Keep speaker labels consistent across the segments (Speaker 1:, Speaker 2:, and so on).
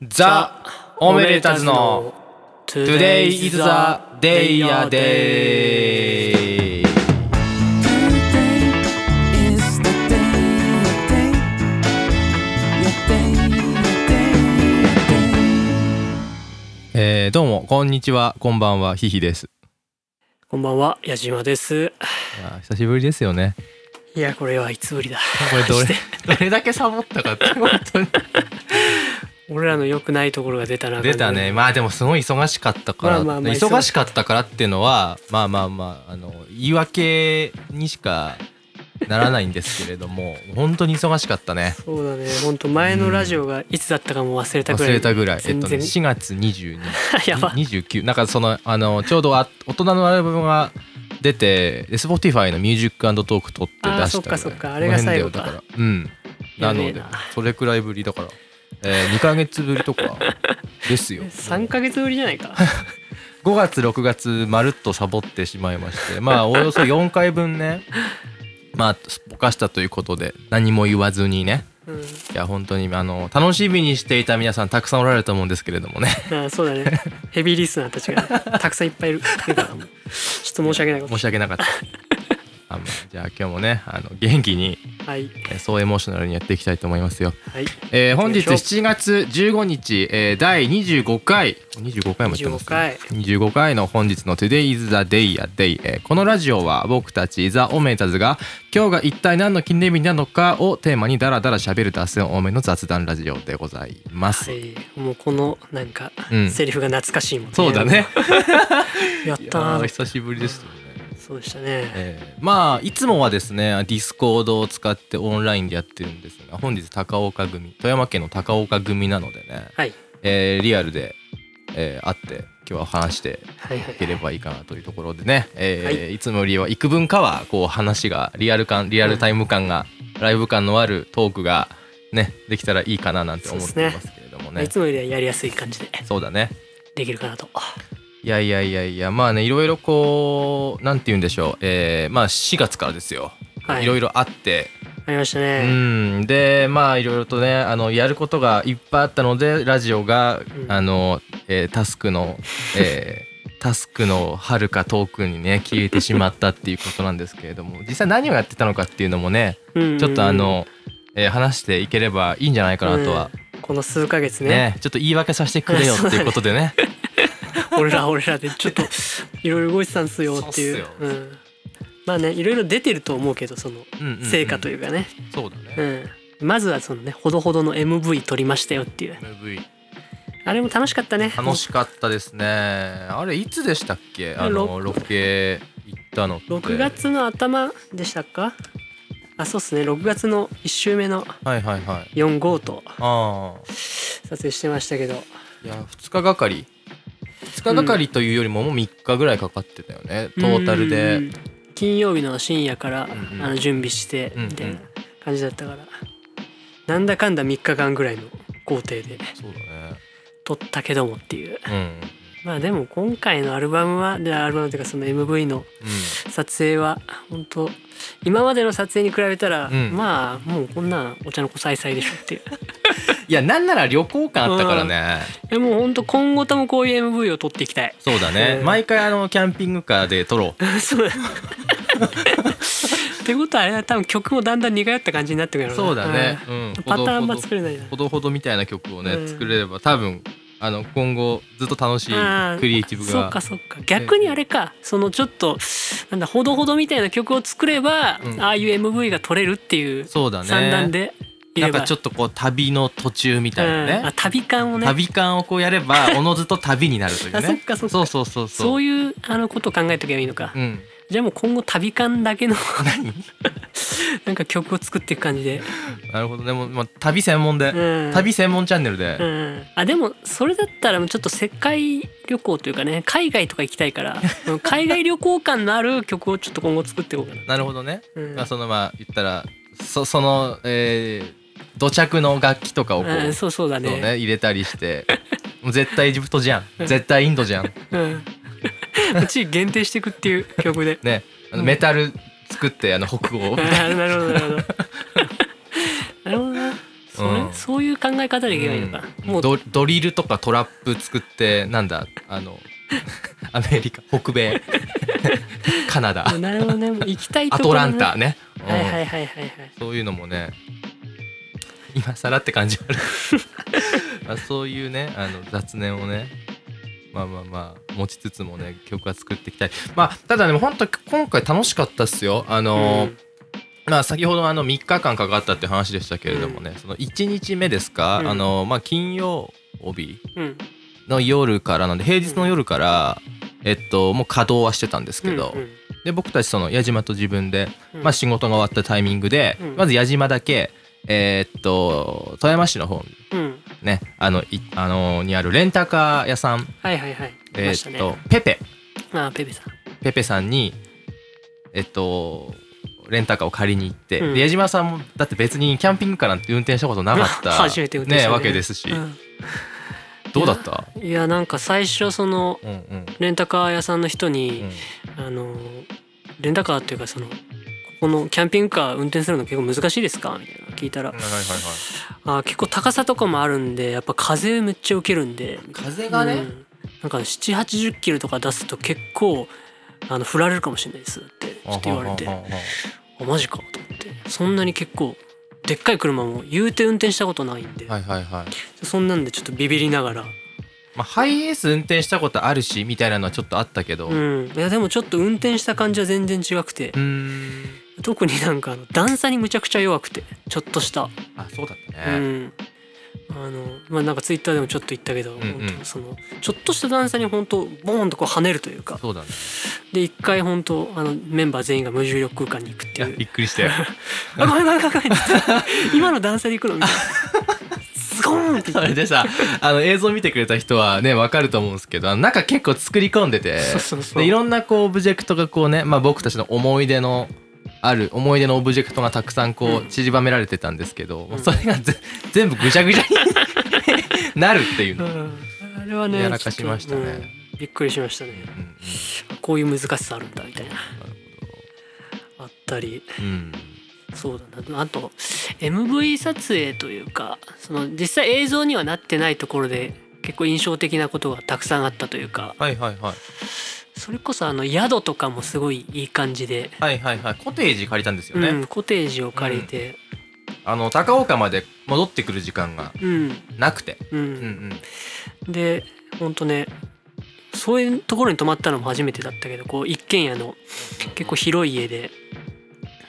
Speaker 1: ザ・おめでたずの Today is the day a day えー、どうもこんにちはこんばんはひひです
Speaker 2: こんばんは矢島です
Speaker 1: あー久しぶりですよね
Speaker 2: いやこれはいつぶりだ
Speaker 1: これど れどれだけサボった かって本当に
Speaker 2: 俺らの良くないところが出たな
Speaker 1: 出たねまあでもすごい忙しかったから、
Speaker 2: まあまあまあ
Speaker 1: 忙しかったからっていうのはまあまあまああの言い訳にしかならないんですけれども本当に忙しかった ね
Speaker 2: そうだね本当前のラジオがいつだったかも忘れたぐ
Speaker 1: 忘
Speaker 2: らい
Speaker 1: れたぐらい、えっ
Speaker 2: 全
Speaker 1: とね、
Speaker 2: 然、
Speaker 1: 4月22
Speaker 2: やば
Speaker 1: 29なんかそのあのちょうどあ大人のアルバムが出てで Spotify の「ミュージックトーク」撮って出したぐらい
Speaker 2: あーそっかそっか
Speaker 1: この
Speaker 2: あれが最後か
Speaker 1: 辺だよだからうんな
Speaker 2: やべ
Speaker 1: の
Speaker 2: えな
Speaker 1: でそれくらいぶりだから、え2ヶ月ぶりとかです よ
Speaker 2: 3ヶ月ぶりじゃな いか
Speaker 1: 5月6月まるっとサボってしまいましてまあおよそ4回分ねまあすっぽかしたということで何も言わずにね
Speaker 2: うん
Speaker 1: いや本当にあの楽しみにしていた皆さんたくさんおられると思うんですけれどもね
Speaker 2: あそうだねヘビーリスナーたちが たくさんいっぱいいるだからもうちょっと申し訳ないこと
Speaker 1: 申し訳なかっ たですあのじゃあ今日もねあの元気に
Speaker 2: はい
Speaker 1: えーそうエモーショナルにやっていきたいと思いますよ、
Speaker 2: はい
Speaker 1: えー本日
Speaker 2: よいし
Speaker 1: 7月15日、えー第25回25回も言ってます、ね、25回の本日の Today is the day a day、えーこのラジオは僕たちザ・オメータズが今日が一体何の記念日なのかをテーマにダラダラ喋る脱線多めの雑談ラジオでございます、
Speaker 2: はいもうこのなんか、
Speaker 1: うん
Speaker 2: セリフが懐かしいもんね
Speaker 1: そうだね
Speaker 2: やっ
Speaker 1: いや
Speaker 2: たな
Speaker 1: ー久しぶりですよね
Speaker 2: そうでしたね
Speaker 1: えーまあいつもはですねディスコードを使ってオンラインでやってるんですが本日高岡組富山県の高岡組なのでね、
Speaker 2: はい
Speaker 1: えーリアルで、えー会って今日は話して
Speaker 2: はいはい
Speaker 1: いければいいかなというところでね、えー
Speaker 2: はい
Speaker 1: い、つもよりは幾分かはこう話がリアル感リアルタイム感が、ライブ感のあるトークがねできたらいいかななんて思っていますけれどもね
Speaker 2: いつもよりはやりやすい感じで
Speaker 1: そうだね
Speaker 2: できるかなと
Speaker 1: いやいやいやいやまあねいろいろこうなんて言うんでしょう、えーまあ4月からですよ、
Speaker 2: はい
Speaker 1: いろいろあって
Speaker 2: ありましたね、
Speaker 1: うん、でまあいろいろとねあのやることがいっぱいあったのでラジオが、
Speaker 2: うん
Speaker 1: あの、えータスクの、えータスクのはるか遠くにね消えてしまったっていうことなんですけれど も実際何をやってたのかっていうのもね
Speaker 2: うんうんうん
Speaker 1: ちょっとあの、えー話していければいいんじゃないかなとは、
Speaker 2: この数ヶ月ね
Speaker 1: ねちょっと言い訳させてくれよっていうことでね
Speaker 2: 俺ら俺らでちょ っといろいろ動いてたんすよっていう
Speaker 1: そうっす
Speaker 2: うん、まあねいろいろ出てると思うけど その
Speaker 1: うんうんうん
Speaker 2: 成果というかね、
Speaker 1: そうだ
Speaker 2: うん
Speaker 1: ね、
Speaker 2: まずはそのねほどほどの MV 撮りましたよっていう
Speaker 1: MV
Speaker 2: あれも楽しかったね
Speaker 1: 楽しかったですねあれいつでしたっけあのロケ行ったのって
Speaker 2: 6月の頭でしたかあそうっすね6月の1週目の
Speaker 1: はいはいはい
Speaker 2: 4号と
Speaker 1: ああ
Speaker 2: 撮影してましたけど
Speaker 1: いや2日がかり2日がかりというよりももう3日ぐらいかかってたよね、トータルで、
Speaker 2: うん金曜日の深夜から、
Speaker 1: んうん
Speaker 2: あの準備して
Speaker 1: うんうん
Speaker 2: みたいな感じだったから、なんだかんだ3日間ぐらいの工程で
Speaker 1: そうだね
Speaker 2: 撮ったけどもっていう
Speaker 1: うん
Speaker 2: まあでも今回のアルバムはでアルバムというかその MV の撮影は本当今までの撮影に比べたら、
Speaker 1: うん
Speaker 2: まあもうこんなお茶の子さいさいでしょっていう
Speaker 1: いやなんなら旅行感あったからね、
Speaker 2: でも本当今後ともこういう MV を撮っていきたい
Speaker 1: そうだね、
Speaker 2: うん
Speaker 1: 毎回あのキャンピングカーで撮ろう
Speaker 2: そうってことはあれは多分曲もだんだん似通った感じになってくるやろ
Speaker 1: そうだね、うん
Speaker 2: うんパターンは作
Speaker 1: れ
Speaker 2: れないな
Speaker 1: ほどほどみたいな曲をね、
Speaker 2: うん
Speaker 1: 作れれば多分あの今後ずっと楽しい
Speaker 2: あー
Speaker 1: クリエイティブ
Speaker 2: そっ
Speaker 1: が
Speaker 2: かそっか逆にあれかそのちょっとなんだほどほどみたいな曲を作れば、
Speaker 1: うん
Speaker 2: ああいう MV が撮れるっていう
Speaker 1: そうだね
Speaker 2: 三段で言
Speaker 1: な
Speaker 2: え
Speaker 1: ん
Speaker 2: ば
Speaker 1: かちょっとこう旅の途中みたいなね、
Speaker 2: うんあ旅感をね
Speaker 1: 旅感をこうやれば おのずと旅になるというね
Speaker 2: あそっかそっか
Speaker 1: そうそうそうそう
Speaker 2: そう
Speaker 1: い
Speaker 2: いうあのことを考えとけばいいのか、
Speaker 1: う、うん、
Speaker 2: じゃあもう今後旅感だけの なんか曲を作っていく感じで、
Speaker 1: なるほどでも、まあ、旅専門で、
Speaker 2: うん、
Speaker 1: 旅専門チャンネル
Speaker 2: う
Speaker 1: で、
Speaker 2: ん、あでもそれだったらもうちょっと世界旅行というかね海外とか行きたいか らうん海外旅行感のある曲をちょっと今後作っていこうかな、
Speaker 1: なるほどね、
Speaker 2: うん
Speaker 1: まあ、そのまあ言ったらそその、えー土着の楽器とかをこう,、
Speaker 2: うん、そうそうだね
Speaker 1: そうね入れたりしてもう絶対エジプトじゃん絶対インドじゃん
Speaker 2: うん、 うち限定していくっていう曲で
Speaker 1: ねあのメタル作ってあの北欧
Speaker 2: あーなるほどなるほどなるほどなそれ、
Speaker 1: うん
Speaker 2: そういう考え方でいけばいいのかな、もう
Speaker 1: ドドリルとかトラップ作ってなんだあの アメリカ北米 カナダ
Speaker 2: もうなるほどねもう行きたいと
Speaker 1: ア
Speaker 2: こ
Speaker 1: ト
Speaker 2: ろ、
Speaker 1: ラ
Speaker 2: ね、
Speaker 1: ンタね、うん
Speaker 2: はいはいはいはいはい
Speaker 1: そういうのもね今更って感じ あるまあそういうねあの雑念をねまあまあまあ持ちつつもね曲は作っていきたいまあただね本当今回楽しかったっすよあの、
Speaker 2: うん
Speaker 1: まあ、先ほどあの3日間かかったって話でしたけれどもね、その1日目ですか、
Speaker 2: うん
Speaker 1: あのまあ、金曜日
Speaker 2: うん
Speaker 1: の夜からなんで平日の夜から、えっと、もう稼働はしてたんですけど、
Speaker 2: うんうん
Speaker 1: で僕たちその矢島と自分で、
Speaker 2: うん
Speaker 1: まあ、仕事が終わったタイミングで、
Speaker 2: うん
Speaker 1: まず矢島だけ、えーっと富山市の方
Speaker 2: うん
Speaker 1: ねあのいあのにあるレンタカー屋さん、
Speaker 2: はいはいはい
Speaker 1: え
Speaker 2: ました
Speaker 1: ーっ
Speaker 2: ね
Speaker 1: とペペ
Speaker 2: あーペペさん
Speaker 1: ペペさんにえっとレンタカーを借りに行って、
Speaker 2: うん
Speaker 1: で矢島さんもだって別にキャンピングカーなんて運転したことなかった
Speaker 2: 初めて運転した
Speaker 1: ねわけですし、
Speaker 2: う
Speaker 1: どうだった
Speaker 2: んいやなんか最初その
Speaker 1: うんうん
Speaker 2: レンタカー屋さんの人
Speaker 1: う
Speaker 2: に、
Speaker 1: ん
Speaker 2: あのレンタカーっていうかそのここのキャンピングカー運転するの結構難しいですかみたいなの聞いたら、
Speaker 1: はいはいはい
Speaker 2: あー結構高さとかもあるんでやっぱ風めっちゃ受けるんで
Speaker 1: 風が
Speaker 2: う
Speaker 1: ね、
Speaker 2: んなんか7 8 0キロとか出すと結構あの振られるかもしれないですってちょっと言われて
Speaker 1: あは
Speaker 2: あ
Speaker 1: ははは
Speaker 2: マジかと思ってそんなに結構でっかい車も言うて運転したことないんで、
Speaker 1: はいはいはい
Speaker 2: そんなんでちょっとビビりながら、
Speaker 1: まあ、ハイエース運転したことあるしみたいなのはちょっとあったけど、
Speaker 2: う、
Speaker 1: うん
Speaker 2: いやでもちょっと運転した感じは全然違くて
Speaker 1: ーん
Speaker 2: 特になんかあの段差にむちゃくちゃ弱くてちょっとした、
Speaker 1: あそうだった
Speaker 2: う
Speaker 1: ね、
Speaker 2: んあのまあなんかツイッターでもちょっと言ったけど、
Speaker 1: んうん
Speaker 2: 本当そのちょっとした段差に本当ボーンとこう跳ねるというか
Speaker 1: そうだね
Speaker 2: で一回本当あのメンバー全員が無重力空間に行くっ
Speaker 1: い
Speaker 2: て
Speaker 1: や
Speaker 2: いう
Speaker 1: びっくりして
Speaker 2: 「あごめんごめんごめんごめん」 今の段差で行くのみた いなスコーンって
Speaker 1: それで さあの映像見てくれた人はねわかると思うんですけどあの中結構作り込んでて
Speaker 2: そうそうそう
Speaker 1: でいろんなこうオブジェクトがこうね、まあ、僕たちの思い出のある思い出のオブジェクトがたくさんこ
Speaker 2: う
Speaker 1: うん縮ばめられてたんですけど、
Speaker 2: うん
Speaker 1: それがぜ全部ぐちゃぐちゃに なるっていう
Speaker 2: う
Speaker 1: の、うん
Speaker 2: んあれはね
Speaker 1: やらかしましたね
Speaker 2: ちょっとうんびっくりしましたね
Speaker 1: うん
Speaker 2: こういう難しさあるんだみたいなあったり
Speaker 1: うん
Speaker 2: そうだなあと MV 撮影というかその実際映像にはなってないところで結構印象的なことがたくさんあったというか
Speaker 1: はいはいはい
Speaker 2: それこそあの宿とかもすごいいい感じで、
Speaker 1: はいはいはいコテージ借りたんですよね、
Speaker 2: うん、コテージを借りて、
Speaker 1: あの高岡まで戻ってくる時間が
Speaker 2: うん
Speaker 1: なくて、
Speaker 2: うん
Speaker 1: うんうん、
Speaker 2: でほんとねそういうところに泊まったのも初めてだったけどこう一軒家の結構広い家で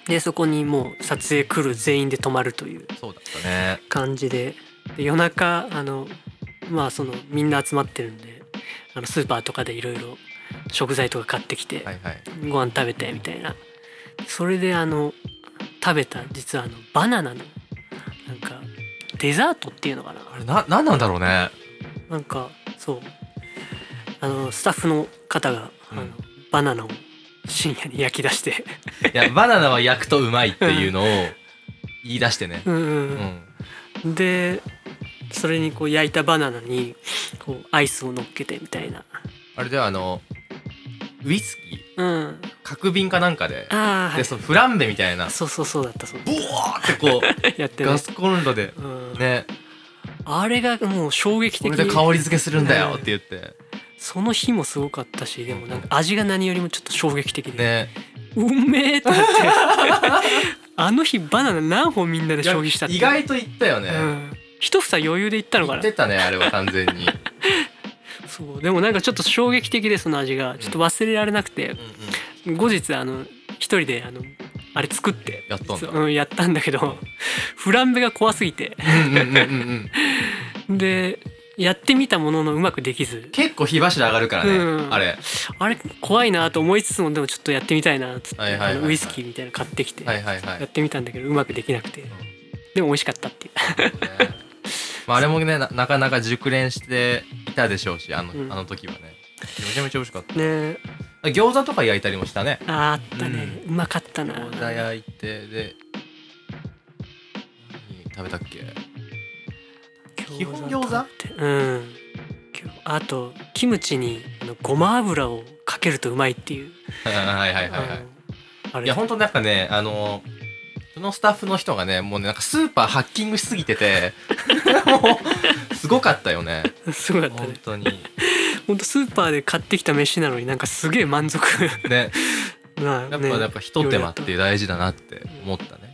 Speaker 2: でそこにもう撮影来る全員で泊まるという
Speaker 1: そうだったね
Speaker 2: 感じでで夜中あのまあそのみんな集まってるんであのスーパーとかでいろいろ食材とか買ってきて
Speaker 1: はいはい
Speaker 2: ご飯食べてみたいなそれであの食べた実はあのバナナのなんかデザートっていうのかな
Speaker 1: あれな何なんだろうね
Speaker 2: なんかそうあのスタッフの方が、
Speaker 1: うん
Speaker 2: あのバナナを深夜に焼き出して
Speaker 1: いやバナナは焼くとうまいっていうのを言い出してね
Speaker 2: う、ん
Speaker 1: う
Speaker 2: うん
Speaker 1: ん、
Speaker 2: うん、でそれにこう焼いたバナナにこうアイスを乗っけてみたいな、
Speaker 1: あれではあのウイスキー
Speaker 2: うん、
Speaker 1: 角瓶かなんかで,、
Speaker 2: ああ、は
Speaker 1: で
Speaker 2: い、
Speaker 1: そのフランベみたいな
Speaker 2: そうそうそうだったそうだ
Speaker 1: ブワーってこう
Speaker 2: やって ね
Speaker 1: ガスコンロで
Speaker 2: うん
Speaker 1: ね
Speaker 2: あれがもう衝撃
Speaker 1: こ
Speaker 2: 的
Speaker 1: れで香り付けするんだよって言って
Speaker 2: その日もすごかったしでもなんか味が何よりもちょっと衝撃的で、
Speaker 1: ね
Speaker 2: うめえと思って あの日バナナ何本みんなで消費したって
Speaker 1: いや意外と言ったよね、
Speaker 2: うん、一房余裕でいったのか
Speaker 1: 言っ
Speaker 2: な
Speaker 1: てたねあれは完全に、
Speaker 2: そうでもなんかちょっと衝撃的でその味がちょっと忘れられなくて
Speaker 1: う、んうん
Speaker 2: 後日あの一人であのあれ作って
Speaker 1: やったんだ
Speaker 2: 実はうん、やったんだけど、フランベが怖すぎて
Speaker 1: うんうんうんうんうん
Speaker 2: でやってみたもののうまくできず
Speaker 1: 結構火柱上がるからね、
Speaker 2: うん
Speaker 1: あれ
Speaker 2: あれ怖いなと思いつつもでもちょっとやってみたいなっつって、
Speaker 1: はいはいはいはい
Speaker 2: あのウイスキーみたいなの買ってきて、
Speaker 1: はいはいはい
Speaker 2: やってみたんだけどうまくできなくて、でも美味しかったっていう
Speaker 1: まあ、あれもねななかなか熟練していたでしょうしあの,、
Speaker 2: うん
Speaker 1: あの時はねめちゃめちゃ美味しかっ
Speaker 2: ね
Speaker 1: た餃子とか焼いたりもしたね
Speaker 2: あーあったね、うまかったな
Speaker 1: 餃子焼いてで何食べたっ け基本餃子
Speaker 2: ってうん今日あとキムチにあのごま油をかけるとうまいっていう、
Speaker 1: はいはいはいはい
Speaker 2: あのあ
Speaker 1: い
Speaker 2: れ
Speaker 1: やほんとなんかねあのそのスタッフの人がねもうねなんかスーパーハッキングしすぎて てもうすごかったよね
Speaker 2: すごかった
Speaker 1: 本
Speaker 2: ね
Speaker 1: 当に
Speaker 2: ほんとスーパーで買ってきた飯なのになんかすげえ満足
Speaker 1: ね
Speaker 2: な
Speaker 1: やっぱ、
Speaker 2: ね
Speaker 1: やっぱ一手間って大事だなって思ったね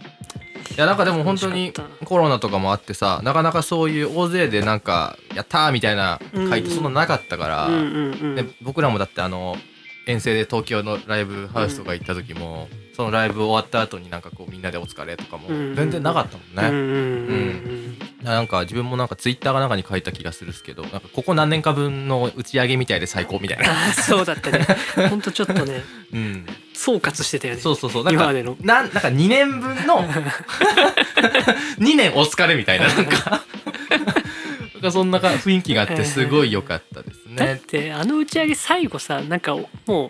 Speaker 1: いやなんかでも本当に
Speaker 2: 楽しかった
Speaker 1: コロナとかもあってさなかなかそういう大勢でなんか「やった!」みたいな回ってそんななかったから、
Speaker 2: うんうんうん、
Speaker 1: で僕らもだってあの遠征で東京のライブハウスとか行った時も、そのライブ終わった後になんかこうみんなで「お疲れ」とかも
Speaker 2: うん
Speaker 1: 全然なかったもん
Speaker 2: うん
Speaker 1: ね、
Speaker 2: うんうん
Speaker 1: なんか自分もなんかツイッターが中に書いた気がするっすけどなんかここ何年か分の打ち上げみたいで最高みたい な、
Speaker 2: ああそうだったねほんとちょっとね
Speaker 1: うん、
Speaker 2: 総括してたよね
Speaker 1: そうそうそうなん
Speaker 2: 今
Speaker 1: か
Speaker 2: までの
Speaker 1: なんなんか2年分の 2年お疲れみたいななんかなんかそんなか雰囲気があってすごい良かったです
Speaker 2: だっ
Speaker 1: ね。
Speaker 2: てあの打ち上げ最後さなんかもう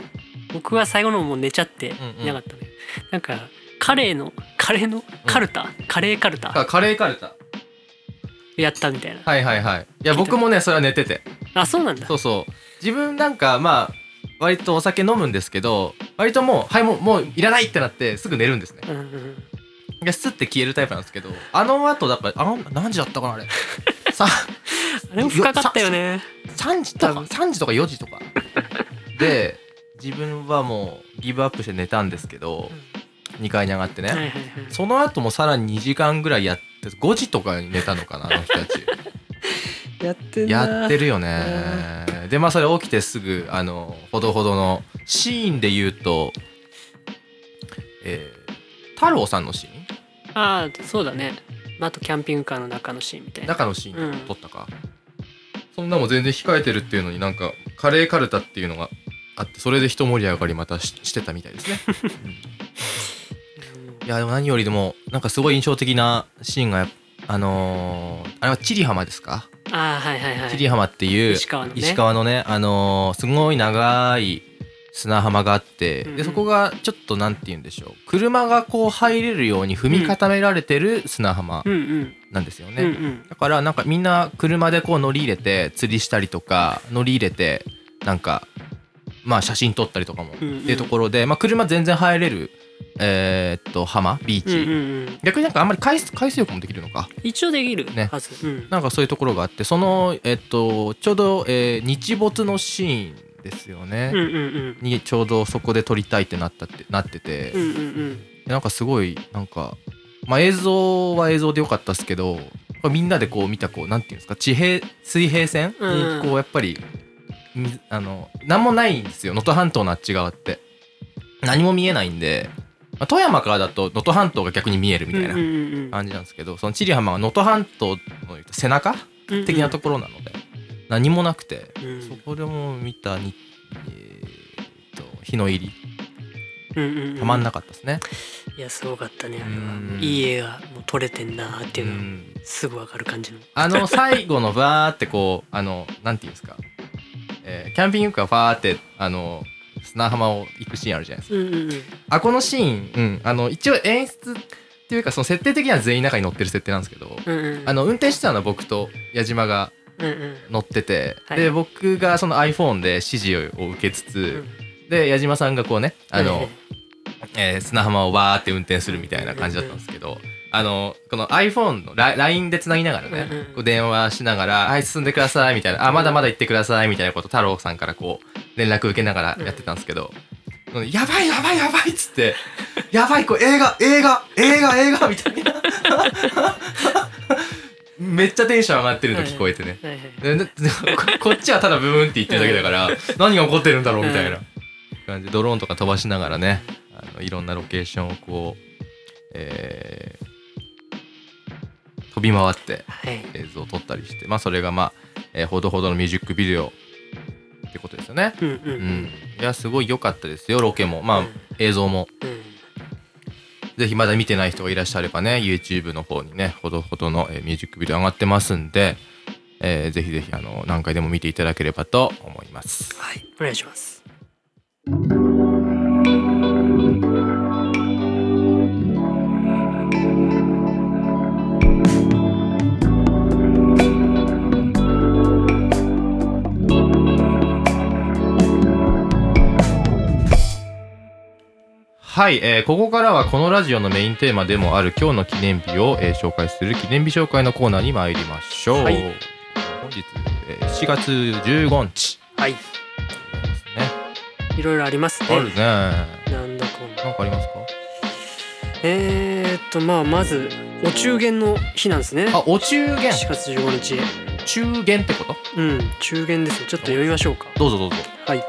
Speaker 2: 僕は最後の方もう寝ちゃって
Speaker 1: うんうん
Speaker 2: いなかったね、なんかカレーのカレーのカルタ、カレーカルタ
Speaker 1: あカレーカルタ
Speaker 2: やったみたいな
Speaker 1: はいはいはいいや僕もねそれは寝てて
Speaker 2: あそうなんだ
Speaker 1: そうそう自分なんかまあ割とお酒飲むんですけど割ともうはいもうもういらないってなってすぐ寝るんですね
Speaker 2: うんうん
Speaker 1: でスッて消えるタイプなんですけどあの後だからあの何時だったかなあれさ
Speaker 2: あれも深かったよね
Speaker 1: 3時とか3時とか4時と かで自分はもうギブアップして寝たんですけど2階に上がってね、
Speaker 2: はいはいはい
Speaker 1: その後もさらに2時間ぐらいやって5時とかに寝たのかなあの人た ち
Speaker 2: やって
Speaker 1: やってるよねでまあそれ起きてすぐあのほどほどのシーンで言うとえー、太郎さんのシー
Speaker 2: ああそうだねまああとキャンピングカーの中のシーンみたい
Speaker 1: ン
Speaker 2: な
Speaker 1: 中のシーン撮ったか、そんなも全然控えてるっていうのになんかカレーカルタっていうのがあってそれで一盛り上がりまたししてたみたい ですね
Speaker 2: うん
Speaker 1: いやでも何よりでもなんかすごい印象的なシーンがあのーあれはチリ浜ですか、
Speaker 2: ああはいはいはい
Speaker 1: チリ浜っていう
Speaker 2: 石川のね
Speaker 1: 石川のねあのーすごい長い砂浜があって、
Speaker 2: うんう
Speaker 1: で
Speaker 2: ん
Speaker 1: そこがちょっとなんて言うんでしょう車がこう入れるように踏み固められてる砂浜
Speaker 2: うんうん
Speaker 1: なんですよね、
Speaker 2: うんうん
Speaker 1: だからなんかみんな車でこう乗り入れて釣りしたりとか乗り入れてなんかまあ写真撮ったりとかもっ
Speaker 2: うんうん
Speaker 1: ていうところで、まあ、車全然入れる、えーっと浜ビーチ、
Speaker 2: うんうんうん
Speaker 1: 逆になんかあんまり海水海水浴もできるのか
Speaker 2: 一応できる
Speaker 1: ね
Speaker 2: はず、うん
Speaker 1: なんかそういうところがあってその、えっと、ちょうど、えー日没のシーンですよね、
Speaker 2: うんうん
Speaker 1: にちょうどそこで撮りたいってなったってなってて、
Speaker 2: うんうんうんうん
Speaker 1: なんかすごいなんか、まあ、映像は映像でよかったですけどみんなでこう見たこうなんていうんですか地平水平線
Speaker 2: うん
Speaker 1: にこうやっぱり、みあの何もないんですよ能登半島のあっち側って何も見えないんで、まあ富山からだと能登半島が逆に見えるみたいな
Speaker 2: うんうんうん
Speaker 1: 感じなんですけどそのチリ浜が能登半島の言うと背中
Speaker 2: うんうん
Speaker 1: 的なところなので、何もなくて、
Speaker 2: うん
Speaker 1: そこでも見たに、えーと日の入り
Speaker 2: うんうんうん
Speaker 1: たまんなかったですね、
Speaker 2: いやすごかったねあ
Speaker 1: う
Speaker 2: れ
Speaker 1: ん
Speaker 2: はいい絵がもう撮れてんなーっていう
Speaker 1: う
Speaker 2: のが
Speaker 1: ん
Speaker 2: すぐわかる感じの
Speaker 1: あの最後のバーってこうあのなんていうんですか、えーキャンピングカーバーってあの砂浜を行くシーンあるじゃないですか
Speaker 2: うんうんうん
Speaker 1: あこのシーン、うん、あの一応演出っていうかその設定的には全員中に乗ってる設定なんですけど、
Speaker 2: うんうん
Speaker 1: あの運転してたのは僕と矢島が
Speaker 2: うんうん
Speaker 1: 乗ってて、
Speaker 2: はい
Speaker 1: で僕がその iPhone で指示を受けつつ、で矢島さんがこうねあの、えー砂浜をバーって運転するみたいな感じだったんですけど、あのこの iPhone のラ LINE でつなぎながらね、
Speaker 2: うんうん
Speaker 1: こう電話しながら「はい進んでください」みたいな「あまだまだ行ってください」みたいなこと太郎さんからこう連絡受けながらやってたんですけど「うんやばいやばいやばい」っつって「やばいこれ映画映画映画映画」みたいな めっちゃテンション上がってるの聞こえてね。
Speaker 2: はいはい
Speaker 1: ででこ こっちはただブーンって言ってるだけだから何が起こってるんだろうみたいな感じドローンとか飛ばしながらねあのいろんなロケーションをこう、えー飛び回って
Speaker 2: はい
Speaker 1: 映像を撮ったりして、まあ、それが、まあえーほどほどのミュージックビデオってことですよね。
Speaker 2: うんうんう
Speaker 1: うん
Speaker 2: ん、
Speaker 1: いやすごい良かったですよロケも、まあ
Speaker 2: うん、
Speaker 1: 映像も
Speaker 2: うん
Speaker 1: ぜひまだ見てない人がいらっしゃればね、YouTube の方にね、ほどほどの、えーミュージックビデオ上がってますんで、えーぜひぜひあの何回でも見ていただければと思います。
Speaker 2: はいお願いします
Speaker 1: はい、えーここからはこのラジオのメインテーマでもある今日の記念日を、えー紹介する記念日紹介のコーナーに参りましょう、
Speaker 2: はい
Speaker 1: 本日、えー7月15日
Speaker 2: はい
Speaker 1: ですね
Speaker 2: いろいろありますね
Speaker 1: あるねな
Speaker 2: なんだかんだ
Speaker 1: んかありますか
Speaker 2: えー、っとまあまずお中元の日なんですね
Speaker 1: あお中元
Speaker 2: 4月15日
Speaker 1: 中元ってこと
Speaker 2: うん中元ですねちょっと読みましょうか
Speaker 1: どうぞどうぞ
Speaker 2: はい、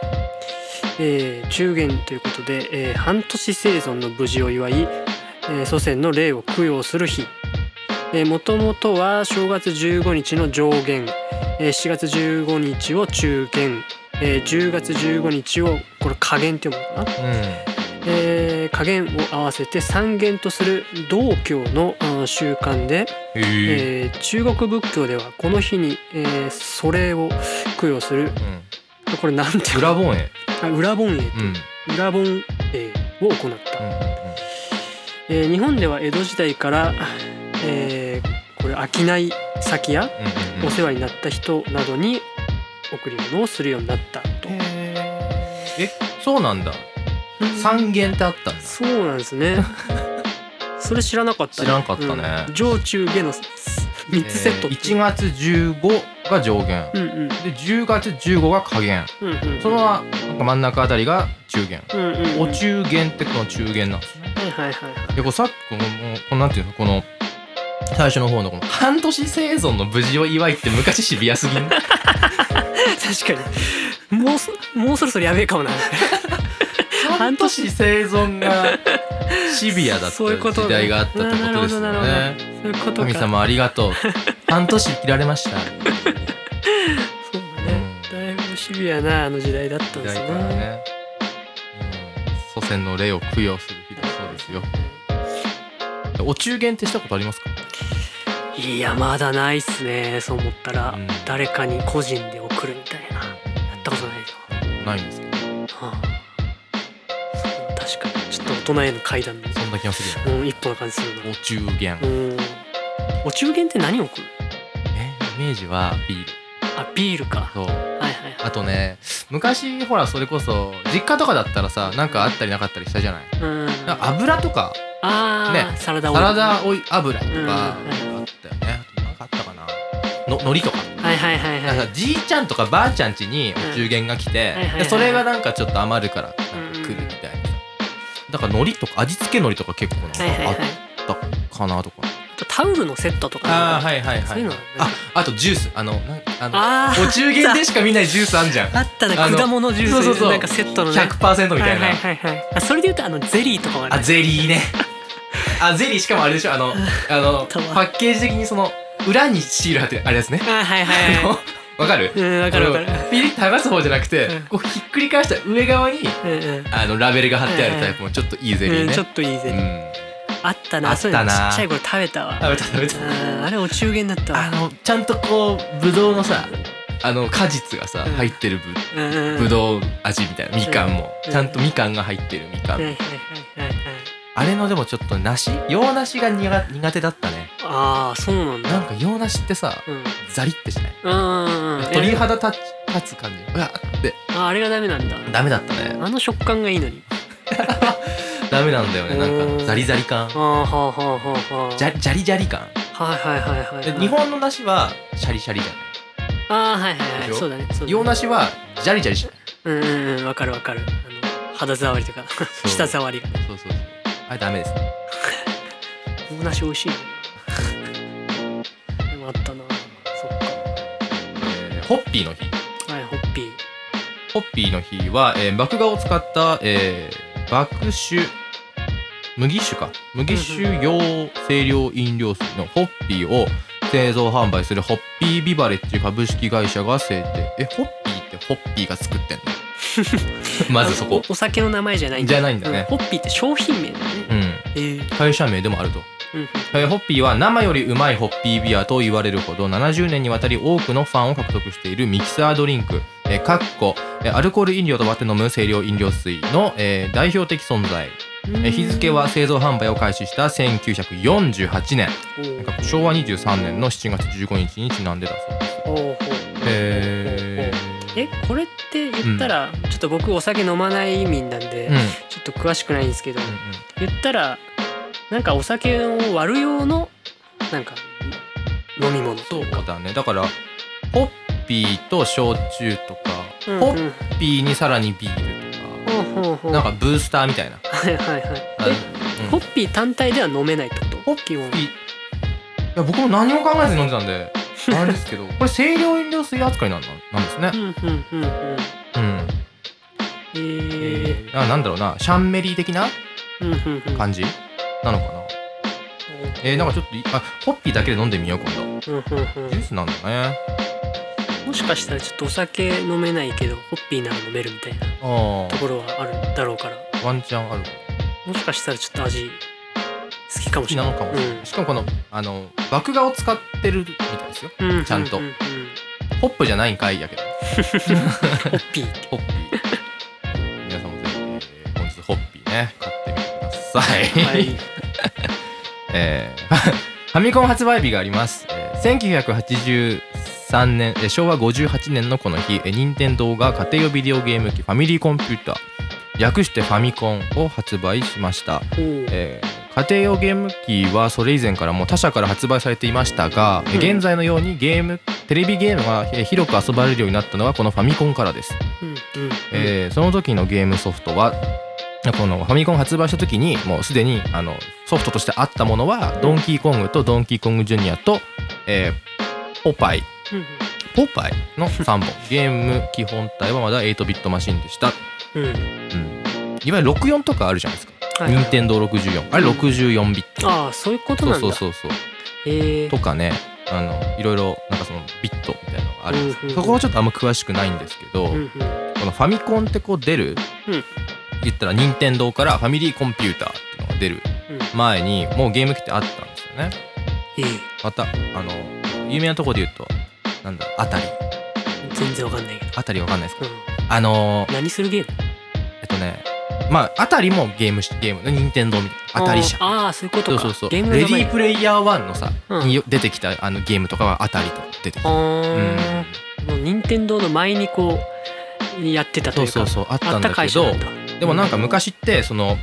Speaker 2: えー中元ということで、えー半年生存の無事を祝い、えー祖先の霊を供養する日もともとは正月15日の上元、えー7月15日を中元、えー10月15日をこれ下元って読むのかな、
Speaker 1: う
Speaker 2: えー下元を合わせて三元とする道教のうん習慣で、
Speaker 1: んへえ
Speaker 2: えー中国仏教ではこの日に、えー、祖霊を供養するこれなんて
Speaker 1: うん、裏盆栄
Speaker 2: あ裏盆栄
Speaker 1: うんうんうん
Speaker 2: 裏盆営を行った、えー日本では江戸時代から、えーこれ商い先
Speaker 1: う
Speaker 2: や
Speaker 1: んうんうん
Speaker 2: お世話になった人などに贈り物をするようになったと、
Speaker 1: へーえそうなんだ三元ってあったんだ
Speaker 2: そうなんで すねそれ知らなかったね
Speaker 1: 知らんかったね
Speaker 2: うん上中下の3つセット
Speaker 1: えー1月15が上限
Speaker 2: うんうん
Speaker 1: で10月15が下限
Speaker 2: うんうん
Speaker 1: そのなんか真ん中あたりが中限
Speaker 2: うんうんうん
Speaker 1: お中限ってこの中限なんですね
Speaker 2: はいはいはいはい
Speaker 1: でこうさっきこのもうこのなんていうのこの最初の方のこの半年生存の無事を祝いって昔シビアすぎん
Speaker 2: 確かにもうそもうそろそろやべえかもな
Speaker 1: 半年生存がシビアだった
Speaker 2: そういうこと
Speaker 1: 時代があったってことですよ
Speaker 2: なるほどなる
Speaker 1: ね
Speaker 2: そういうことか
Speaker 1: 神様ありがとう半年生きられました
Speaker 2: そうだね、だいぶシビアなあの時代だったん
Speaker 1: 時
Speaker 2: で
Speaker 1: 代
Speaker 2: す
Speaker 1: か
Speaker 2: ね
Speaker 1: らね、うん、祖先の霊を供養する日だそうですよお中元ってしたことありますか、
Speaker 2: いやまだないっすねそう思ったら、
Speaker 1: うん
Speaker 2: 誰かに個人で送るみたいなやったことないよ、
Speaker 1: ないんですけど
Speaker 2: はあ、そう確かにちょっと大人への階段の、
Speaker 1: そんな気がするよね
Speaker 2: うん、一歩な感じするな
Speaker 1: お中元、
Speaker 2: うんお中元って何を送る
Speaker 1: えイメージはビール
Speaker 2: あビールか
Speaker 1: そう
Speaker 2: はいはいはい
Speaker 1: あとね昔ほらそれこそ実家とかだったらさなんかあったりなかったりしたじゃない
Speaker 2: うん
Speaker 1: なんか油とか
Speaker 2: あー、
Speaker 1: ね
Speaker 2: サラダ
Speaker 1: サ
Speaker 2: オイル
Speaker 1: ラダオイ油とか
Speaker 2: うん
Speaker 1: あったよねなんかあったかなの海苔とか
Speaker 2: はいはいはい
Speaker 1: なん
Speaker 2: は
Speaker 1: か
Speaker 2: い
Speaker 1: じいちゃんとかばあちゃん家にお中元が来て、
Speaker 2: うんはいはいはい
Speaker 1: でそれがなんかちょっと余るからなんか来るみたいなさだから海苔とか味付け海苔とか結構なんか
Speaker 2: はいはい
Speaker 1: あ
Speaker 2: はい
Speaker 1: ったかなとか、
Speaker 2: あとタオルのセットとか
Speaker 1: ああは
Speaker 2: い
Speaker 1: いはい
Speaker 2: そ
Speaker 1: は
Speaker 2: う
Speaker 1: い
Speaker 2: いうのは
Speaker 1: ああとジュースあのなんあの
Speaker 2: あー
Speaker 1: お中元でしか見ないジュースあんじゃん
Speaker 2: あったね
Speaker 1: あの
Speaker 2: 果物ジュース
Speaker 1: そうそうそう
Speaker 2: なんかセットのね
Speaker 1: 100%みたいな、
Speaker 2: はいはいはいはいあそれで言うとあのゼリーとかもある
Speaker 1: あゼリーねあゼリーしかもあれでしょあのあ の
Speaker 2: たま
Speaker 1: パッケージ的にその裏にシール貼ってあれですね
Speaker 2: あはいはい
Speaker 1: あの
Speaker 2: は
Speaker 1: わかる
Speaker 2: いうんわかるわかる
Speaker 1: あのピリッと剥がす方じゃなくて、
Speaker 2: うん
Speaker 1: こうひっくり返した上側に
Speaker 2: うんうん
Speaker 1: あのラベルが貼ってあるタイプもちょっといいゼリーね、
Speaker 2: う
Speaker 1: うんん、
Speaker 2: ちょっといいゼリーあったな
Speaker 1: あったな
Speaker 2: そういうのちっちゃい頃食べたわ
Speaker 1: 食べた食べた
Speaker 2: うんあれお中元だった
Speaker 1: あ
Speaker 2: わ
Speaker 1: のちゃんとこうぶどうのさあの果実がさ、
Speaker 2: うん
Speaker 1: 入ってるぶ
Speaker 2: うんうん
Speaker 1: ぶ
Speaker 2: う
Speaker 1: どう味みたいなみかんも、
Speaker 2: うん
Speaker 1: ちゃんとみかんが入ってるみかん、
Speaker 2: はいはいはいはいはい
Speaker 1: あれのでもちょっと梨洋梨が苦苦手だったね
Speaker 2: ああそうなん
Speaker 1: な
Speaker 2: だ
Speaker 1: んか洋梨ってさ
Speaker 2: うん
Speaker 1: ザリってしない
Speaker 2: うんうんうん
Speaker 1: 鳥
Speaker 2: え
Speaker 1: 肌立ち立つ感じうわって
Speaker 2: ああれがダメなんだ
Speaker 1: ダメだったね
Speaker 2: あの食感がいいのに
Speaker 1: ダメなんだよねなんかザリザリ感
Speaker 2: ああはあはあはあはあ
Speaker 1: じゃじゃりじゃり感
Speaker 2: はいはいはいはい
Speaker 1: で
Speaker 2: はい
Speaker 1: 日本の梨はシャリシャリじゃな
Speaker 2: ああはいはいは
Speaker 1: で
Speaker 2: い
Speaker 1: しょ
Speaker 2: そうだねそうだ
Speaker 1: い
Speaker 2: ね
Speaker 1: 洋梨はジャリジャリしない
Speaker 2: うんうんうんわかるわかるあの肌触りとか
Speaker 1: う
Speaker 2: 舌触りが
Speaker 1: そうそうそうあれダメですね
Speaker 2: おなし美味しいよねでもあったなそっ
Speaker 1: えーホッピーの日
Speaker 2: かはいホッピー
Speaker 1: ホッピーの日は、えー麦芽を使った、えー麦酒麦酒か麦酒用清涼飲料水のホッピーを製造販売するホッピービバレッジ株式会社が制定えホッピーってホッピーが作ってんの まずそこ
Speaker 2: あおお酒の名前じゃないんだ
Speaker 1: じゃないんだね
Speaker 2: うホッピーって商品名だね
Speaker 1: うん
Speaker 2: えー
Speaker 1: 会社名でもあると、
Speaker 2: うんうん
Speaker 1: えーホッピーは生よりうまいホッピービアと言われるほど70年にわたり多くのファンを獲得しているミキサードリンクえーかっこえーアルコール飲料と割って飲む清涼飲料水の、えー代表的存在えー日付は製造販売を開始した1948年
Speaker 2: お
Speaker 1: なん
Speaker 2: ー
Speaker 1: か昭和23年の7月15日にちなんでだそうです
Speaker 2: おーほう
Speaker 1: へ
Speaker 2: えこれって言ったら、ちょっと僕お酒飲まない民なんで、
Speaker 1: うんうん
Speaker 2: ちょっと詳しくないんですけど、
Speaker 1: うん
Speaker 2: 言ったらなんかお酒を割る用のなんか飲み物
Speaker 1: そう
Speaker 2: というか
Speaker 1: だねだからホッピーと焼酎とか
Speaker 2: うんうん
Speaker 1: ホッピーにさらにビールと
Speaker 2: ほうほうほ
Speaker 1: か
Speaker 2: う
Speaker 1: なんかブースターみたいな
Speaker 2: はいはいはい
Speaker 1: あの
Speaker 2: え
Speaker 1: う
Speaker 2: ホ
Speaker 1: ん
Speaker 2: ッピー単体では飲めないってことホッピー
Speaker 1: いや僕も何も考えずに飲んでたんであれですけどこれ清涼飲料水扱いなんだなんですね
Speaker 2: うんうんうんうん
Speaker 1: うん
Speaker 2: えー、
Speaker 1: あなんだろうなシャンメリー的な
Speaker 2: うんうんうん
Speaker 1: 感じなのかなえー、なんかちょっといあホッピーだけで飲んでみよう今度
Speaker 2: うんうん
Speaker 1: ジュースなんだね
Speaker 2: うんもしかしたらちょっとお酒飲めないけどホッピーなら飲めるみたいな
Speaker 1: あ
Speaker 2: ところはあるだろうから
Speaker 1: あワンチャンあるか
Speaker 2: もしかしたらちょっと味好きかも
Speaker 1: 好き
Speaker 2: し
Speaker 1: な
Speaker 2: れない
Speaker 1: のかもしれない、しかもこのあの麦芽を使ってるみたいですよ
Speaker 2: うんううう
Speaker 1: ちゃんと
Speaker 2: うう
Speaker 1: ホップじゃないんかいやけど
Speaker 2: ホッピー
Speaker 1: ホッピー皆さんもぜひ、えー本日ホッピーね買ってみてください、
Speaker 2: はい、
Speaker 1: えー ファミコン発売日があります、えー1983年、えー昭和58年のこの日、えー、任天堂が家庭用ビデオゲーム機ファミリーコンピューター略してファミコンを発売しました、
Speaker 2: おー
Speaker 1: えー家庭用ゲーム機はそれ以前からもう他社から発売されていましたが、えー
Speaker 2: うん
Speaker 1: 現在のようにゲームテレビゲームがえー広く遊ばれるようになったのはこのファミコンからです
Speaker 2: うんうん
Speaker 1: えーその時のゲームソフトはこのファミコン発売した時にもうすでにあのソフトとしてあったものは「ドンキーコング」と「ドンキーコングジュニア」と「えーポパイ」
Speaker 2: うん
Speaker 1: 「ポパイ」の3本 ゲーム基本体はまだ8ビットマシンでした、
Speaker 2: うんうん
Speaker 1: うん、いわゆる64とかあるじゃないですか
Speaker 2: はい
Speaker 1: 任天堂64あれ64ビット
Speaker 2: ああそういうこと
Speaker 1: そ
Speaker 2: な
Speaker 1: うんそう
Speaker 2: だ
Speaker 1: そうそう
Speaker 2: へえ
Speaker 1: とかねあのいろいろなんかそのビットみたいなのがあるんですけど
Speaker 2: うんうん
Speaker 1: そこはちょっとあんま詳しくないんですけど、
Speaker 2: うんうん
Speaker 1: このファミコンってこう出る、
Speaker 2: うん
Speaker 1: 言ったら任天堂からファミリーコンピューターっていうのが出る
Speaker 2: うん
Speaker 1: 前にもうゲーム機ってあったんですよね
Speaker 2: え
Speaker 1: またあの有名なとこで言うとなんだあたり
Speaker 2: え全然わかんないけど、
Speaker 1: あたりわかんないですか
Speaker 2: う
Speaker 1: あの
Speaker 2: ん、何するゲーム
Speaker 1: えっとねまああたりもゲームしゲームの任天堂みたいなあたり社
Speaker 2: あーあーそういうこと
Speaker 1: そう
Speaker 2: か
Speaker 1: そうそう
Speaker 2: ゲ
Speaker 1: レ
Speaker 2: ー
Speaker 1: デ
Speaker 2: ムの
Speaker 1: ィ
Speaker 2: 名前
Speaker 1: ープレイヤー1のさ、
Speaker 2: うん
Speaker 1: に出てきたあのゲームとかはあたりとか出てき
Speaker 2: あ
Speaker 1: た
Speaker 2: ーもう任天堂の前にこうやってたと
Speaker 1: そ
Speaker 2: いううか
Speaker 1: そうそうあった
Speaker 2: あ
Speaker 1: ん
Speaker 2: っ
Speaker 1: だ
Speaker 2: た
Speaker 1: け
Speaker 2: 会社
Speaker 1: ど
Speaker 2: なんだ
Speaker 1: でもなんか昔ってその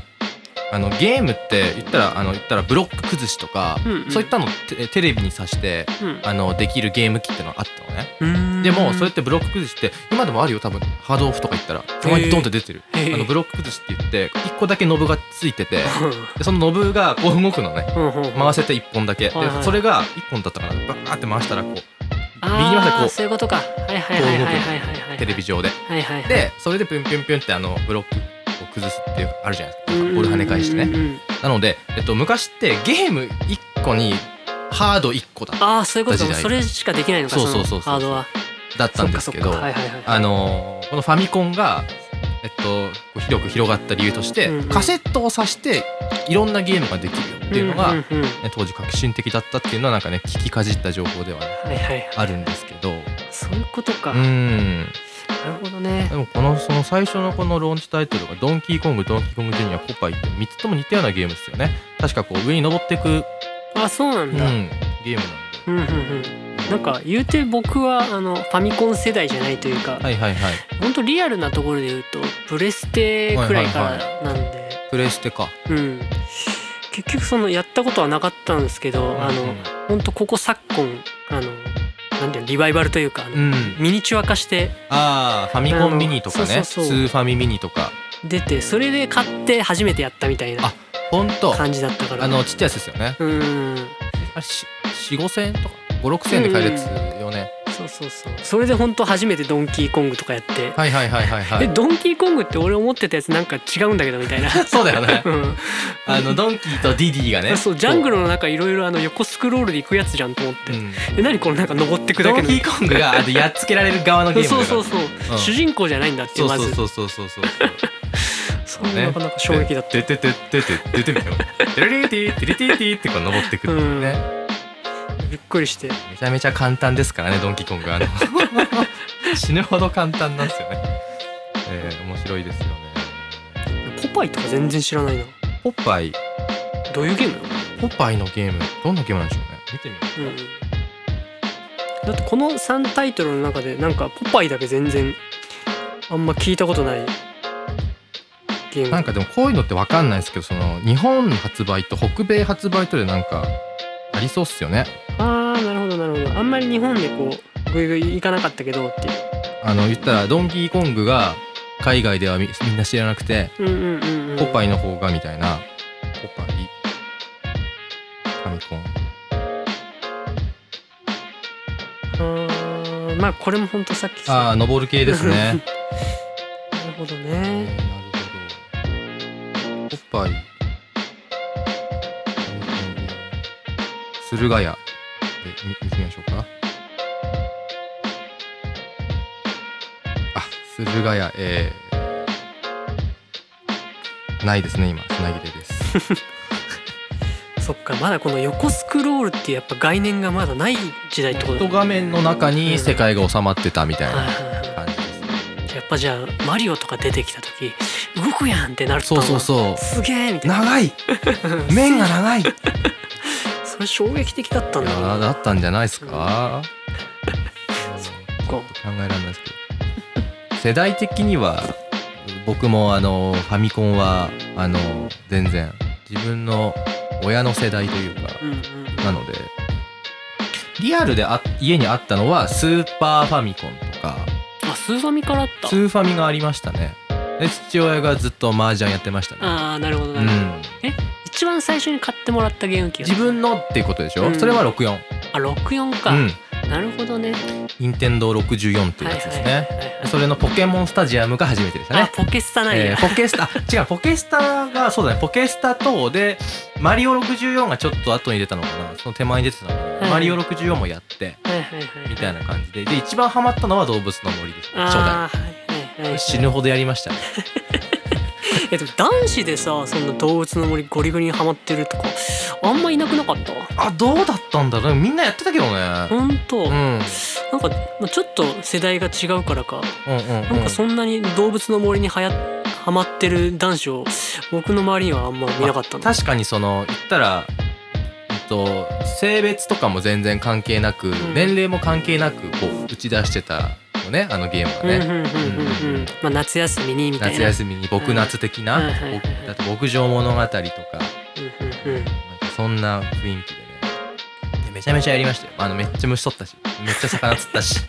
Speaker 1: あのゲームって言ったらあの言ったらブロック崩しとか、
Speaker 2: うんうん
Speaker 1: そういったのをテテレビに挿して
Speaker 2: うん
Speaker 1: あのできるゲーム機ってのがあったのね
Speaker 2: うーん
Speaker 1: でもそれってブロック崩しって今でもあるよ多分ハードオフとか行ったらたまにドンって出てる、
Speaker 2: へー
Speaker 1: あのブロック崩しって言って1個だけノブがついててでそのノブがこう動くのね
Speaker 2: うんうんうん
Speaker 1: 回せて1本だけ、
Speaker 2: はいは
Speaker 1: で
Speaker 2: い
Speaker 1: それが1本だったからバーって回したらこう
Speaker 2: あー
Speaker 1: 右に回したらこ
Speaker 2: そういうことかはいはいはいはいはいはいは
Speaker 1: う
Speaker 2: い
Speaker 1: テレビ上で
Speaker 2: はいはいはい
Speaker 1: でそれでピュンピュンピュンってあのブロックを崩すっていうあるじゃないですかボール跳ね返してね
Speaker 2: うんうんうんうん
Speaker 1: なので、えっと、昔ってゲーム1個にハード1個だ
Speaker 2: ああそういうことか
Speaker 1: 時代
Speaker 2: それしかできないのか
Speaker 1: そう
Speaker 2: の
Speaker 1: そうそうそう
Speaker 2: ハードは
Speaker 1: だったんです
Speaker 2: そっか
Speaker 1: け
Speaker 2: そっ
Speaker 1: ど
Speaker 2: かはいはいはい
Speaker 1: あのーこのファミコンが、えっと、こう広く広がった理由として、
Speaker 2: うんうん
Speaker 1: カセットを挿していろんなゲームができるよっていうのが、
Speaker 2: んうんうん
Speaker 1: ね当時革新的だったっていうのはなんかね聞きかじった情報では、ね、
Speaker 2: はいはい
Speaker 1: あるんですけど
Speaker 2: そういうことか、
Speaker 1: う
Speaker 2: なる
Speaker 1: ん
Speaker 2: ほどね
Speaker 1: でもこのその最初のこのローンチタイトルが「ドンキーコング」「ドンキーコングジュニア」「ポパイ」って3つとも似たようなゲームですよね確かこう上に登っていく、
Speaker 2: あそうな
Speaker 1: うんん、
Speaker 2: だ、
Speaker 1: ゲームなんで
Speaker 2: うんうんうんなんか言うて僕はあのファミコン世代じゃないというか、
Speaker 1: はいはいはい
Speaker 2: 本当リアルなところで言うとプレステくらいからなんで、
Speaker 1: プレステか
Speaker 2: うん結局そのやったことはなかったんですけど、あ
Speaker 1: うん
Speaker 2: の本当ここ昨今あのなんていうのリバイバルというか、あの
Speaker 1: うん、
Speaker 2: ミニチュア化して
Speaker 1: ああファミコンミニとか
Speaker 2: あ
Speaker 1: ね
Speaker 2: のそうそう
Speaker 1: ス
Speaker 2: そう
Speaker 1: ーファミミニとか
Speaker 2: 出てそれで買って初めてやったみたいな
Speaker 1: あほんと
Speaker 2: 感じだったから
Speaker 1: あのちっちゃいやつですよね
Speaker 2: うん
Speaker 1: あれ45,000円とか56,000円で買えるやつよね、
Speaker 2: そうそうそうそれで本当初めてドンキーコングとかやって
Speaker 1: はいはいはいはいは
Speaker 2: え
Speaker 1: い
Speaker 2: ドンキーコングって俺思ってたやつなんか違うんだけどみたいな
Speaker 1: そうだよ ね
Speaker 2: うん
Speaker 1: あのドンキーとディディがね
Speaker 2: そうジャング
Speaker 1: ル
Speaker 2: ルの中いろいろあの横スクロールで行くやつじゃんと思って、え何このなんか登ってくだ
Speaker 1: ド
Speaker 2: け
Speaker 1: ン
Speaker 2: の
Speaker 1: キーコングがあのやっつけられる側のゲームだか
Speaker 2: そう
Speaker 1: ら
Speaker 2: そうそう、
Speaker 1: ん
Speaker 2: 主人公じゃないんだって
Speaker 1: そう
Speaker 2: ま
Speaker 1: そう
Speaker 2: ず
Speaker 1: そうそうそうそうそ
Speaker 2: そ
Speaker 1: う
Speaker 2: うなかなか衝撃だった
Speaker 1: てててててててみたいなてれれててれててってこう登ってくるんだよね、
Speaker 2: びっくりして
Speaker 1: めちゃめちゃ簡単ですからねドンキーコン グあの死ぬほど簡単なんですよね、えー、面白いですよね
Speaker 2: ポパイとか全然知らないな
Speaker 1: ポパイ
Speaker 2: どういうゲームな
Speaker 1: ポパイのゲームどんなゲームなんでしょうね見てみよ
Speaker 2: の、うん、だってこの3タイトルの中でなんかポパイだけ全然あんま聞いたことないゲー
Speaker 1: な
Speaker 2: ム
Speaker 1: んかでもこういうのって分かんないですけどその日本発売と北米発売とでなんかありそうっすよね
Speaker 2: ああなるほどなるほどあんまり日本でこうグイグイ行かなかったけどってい
Speaker 1: あの言ったらドンキーコングが海外ではみみんな知らなくて
Speaker 2: ううんうんうん、うん、
Speaker 1: ポパ
Speaker 2: イ
Speaker 1: イの方がみたいなポパイファミコン
Speaker 2: まあこれもほんとさっき
Speaker 1: ああ登る系です ね
Speaker 2: なるほど
Speaker 1: えーな
Speaker 2: ね
Speaker 1: るほどポパイファミコン駿河屋で見見てみましょうかあ駿河屋えーないですね今品切れです
Speaker 2: そっかまだこの横スクロールっていうやっぱ概念がまだない時代ってことだ
Speaker 1: と画面の中に世界が収まってたみたい
Speaker 2: はい
Speaker 1: な
Speaker 2: はいは
Speaker 1: 感じですね
Speaker 2: いやっぱじゃあマリオとか出てきた時動くやんってなると
Speaker 1: そうそうそう
Speaker 2: すげえみたいな
Speaker 1: 長い面が長いいや
Speaker 2: それ衝撃的だったんだ
Speaker 1: ーだったんじゃないですか、
Speaker 2: っか
Speaker 1: 考えられないですけど世代的には僕もあのファミコンはあの全然自分の親の世代というか
Speaker 2: うんうん
Speaker 1: なのでリアルであ家にあったのはスーパーファミコンとか
Speaker 2: あスーファミからあった
Speaker 1: スーファミがありましたねで父親がずっと麻雀やってましたね
Speaker 2: ああなるほど
Speaker 1: う
Speaker 2: なるほど、
Speaker 1: ん
Speaker 2: 一番最初に買ってもらったゲーム機が
Speaker 1: 自分のっていうことでしょ、
Speaker 2: うん
Speaker 1: それは64
Speaker 2: あ64か、
Speaker 1: うん
Speaker 2: なるほどね
Speaker 1: 任天堂64っていうやつですね、
Speaker 2: はいはいはいはい
Speaker 1: それのポケモンスタジアムが初めてでした
Speaker 2: あ
Speaker 1: ね。
Speaker 2: ポケスタない
Speaker 1: え
Speaker 2: や、
Speaker 1: ーポケスタ、あ違う、ポケスタが、そうだね、ポケスタ等で、マリオ64がちょっと後に出たのかな、その手前に出てたのかな、
Speaker 2: はい
Speaker 1: マリオ64もやって、
Speaker 2: はいはいはい
Speaker 1: みたいな感じで、で、一番ハマったのは動物の森です、初代。
Speaker 2: あーはいはいはい
Speaker 1: 死ぬほどやりましたね。
Speaker 2: えでも男子でさそんな動物の森ゴリゴリにハマってるとかあんまいなくなかった
Speaker 1: あ、どうだったんだろう、みんなやってたけどね。
Speaker 2: ほんと、
Speaker 1: うん、う
Speaker 2: なん
Speaker 1: ん、
Speaker 2: かまあちょっと世代が違うからか
Speaker 1: うん、
Speaker 2: なんかそんなに動物の森にはやハマってる男子を僕の周りにはあんま見なかったの
Speaker 1: 確かにその、言ったら、えっと、性別とかも全然関係なく、
Speaker 2: ん
Speaker 1: 年齢も関係なく、こう、打ち出してたよね、あのゲームはね。
Speaker 2: うんうんうんうんうんまあ夏休みにみたい
Speaker 1: 夏
Speaker 2: な
Speaker 1: 休みに僕夏的な、
Speaker 2: はいはいはい
Speaker 1: 僕だって牧場物語とか,、
Speaker 2: うんうんうん
Speaker 1: なんかそんな雰囲気でねでめちゃめちゃやりましたよあのめっちゃ虫取ったしめっちゃ魚釣った し、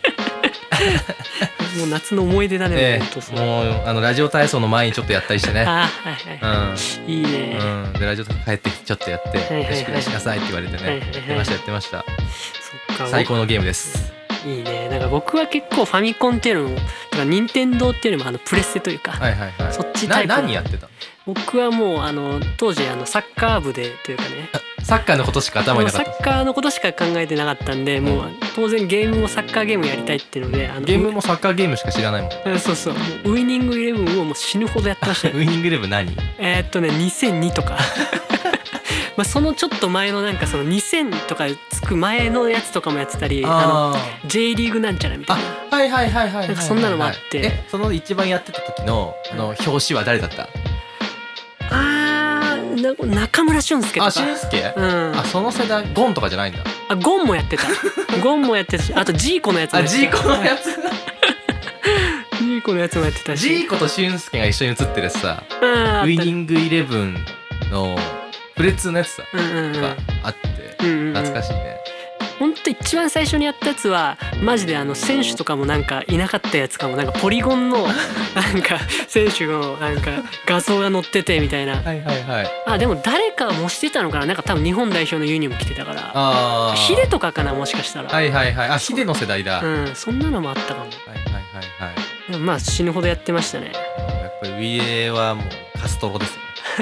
Speaker 2: もう夏の思い出だね、
Speaker 1: え
Speaker 2: ほんと
Speaker 1: え
Speaker 2: そう
Speaker 1: もうあのラジオ体操の前にちょっとやったりしてね
Speaker 2: あーはいは
Speaker 1: うん、
Speaker 2: いいいね、
Speaker 1: うん、でラジオ体操帰ってきてちょっとやって
Speaker 2: いはいは
Speaker 1: 「
Speaker 2: い
Speaker 1: 飯食いしなさい」って言われてね、
Speaker 2: はいはいはい
Speaker 1: やってましたやってました
Speaker 2: そっか
Speaker 1: 最高のゲームです
Speaker 2: いいねなんか僕は結構ファミコンっていうのもだから任天堂っていうのもあのプレステというか、
Speaker 1: はいはいはい
Speaker 2: そっちタ
Speaker 1: な
Speaker 2: イプ
Speaker 1: 何やってた
Speaker 2: 僕はもうあの当時あのサッカー部でというかね
Speaker 1: サッカーのことしか頭
Speaker 2: も
Speaker 1: に
Speaker 2: う
Speaker 1: なか
Speaker 2: サ
Speaker 1: った
Speaker 2: ッカーのことしか考えてなかったんで、
Speaker 1: ん
Speaker 2: もう当然ゲームもサッカーゲームやりたいっていうのであの
Speaker 1: ゲームもサッカーゲームしか知らないもんウ
Speaker 2: うんそうそうもうウイニングイレブンをもう死ぬほどやってましたよ
Speaker 1: イニングイレブン何
Speaker 2: えーっとね2002とか まあそのちょっと前のなんかその2000とかつく前のやつとかもやってたりあ
Speaker 1: あー
Speaker 2: の J リーグなんちゃらみたいな
Speaker 1: あはいはいはいはいはいはいはい
Speaker 2: なんかそんなのもあって
Speaker 1: えその一番やってた時のあの表紙は誰だった
Speaker 2: あーな中村俊輔とか
Speaker 1: あしんすけ
Speaker 2: うん
Speaker 1: あその世代ゴンとかじゃないんだ
Speaker 2: あゴンもやってたゴンもやってたしあとジーコのやつも
Speaker 1: あ
Speaker 2: やってた
Speaker 1: ジーコのやつ
Speaker 2: ジーコのやつもやってたし
Speaker 1: ジーコとしんすけが一緒に写ってるさ
Speaker 2: うんあ
Speaker 1: ウ
Speaker 2: っ
Speaker 1: ィ
Speaker 2: た
Speaker 1: ニングイレブンのプレツのやつさ
Speaker 2: うんうんうん
Speaker 1: があって
Speaker 2: うんうんうん
Speaker 1: 懐かしいね
Speaker 2: ほんと一番最初にやったやつはマジであの選手とかもなんかいなかったやつかもなんかポリゴ ンのなんか選手のなんか画像が載っててみたいな
Speaker 1: はいはいはい
Speaker 2: あでも誰か模してたのかななんか多分日本代表のユニフォーム着てたから
Speaker 1: ああ
Speaker 2: ヒデとかかなもしかしたら、
Speaker 1: はいはいはいあヒデの世代だはい
Speaker 2: うんそんなのもあったかも
Speaker 1: はいはいはい
Speaker 2: でもまあ死ぬほどやってましたね
Speaker 1: やっぱりウィエはもうカストロです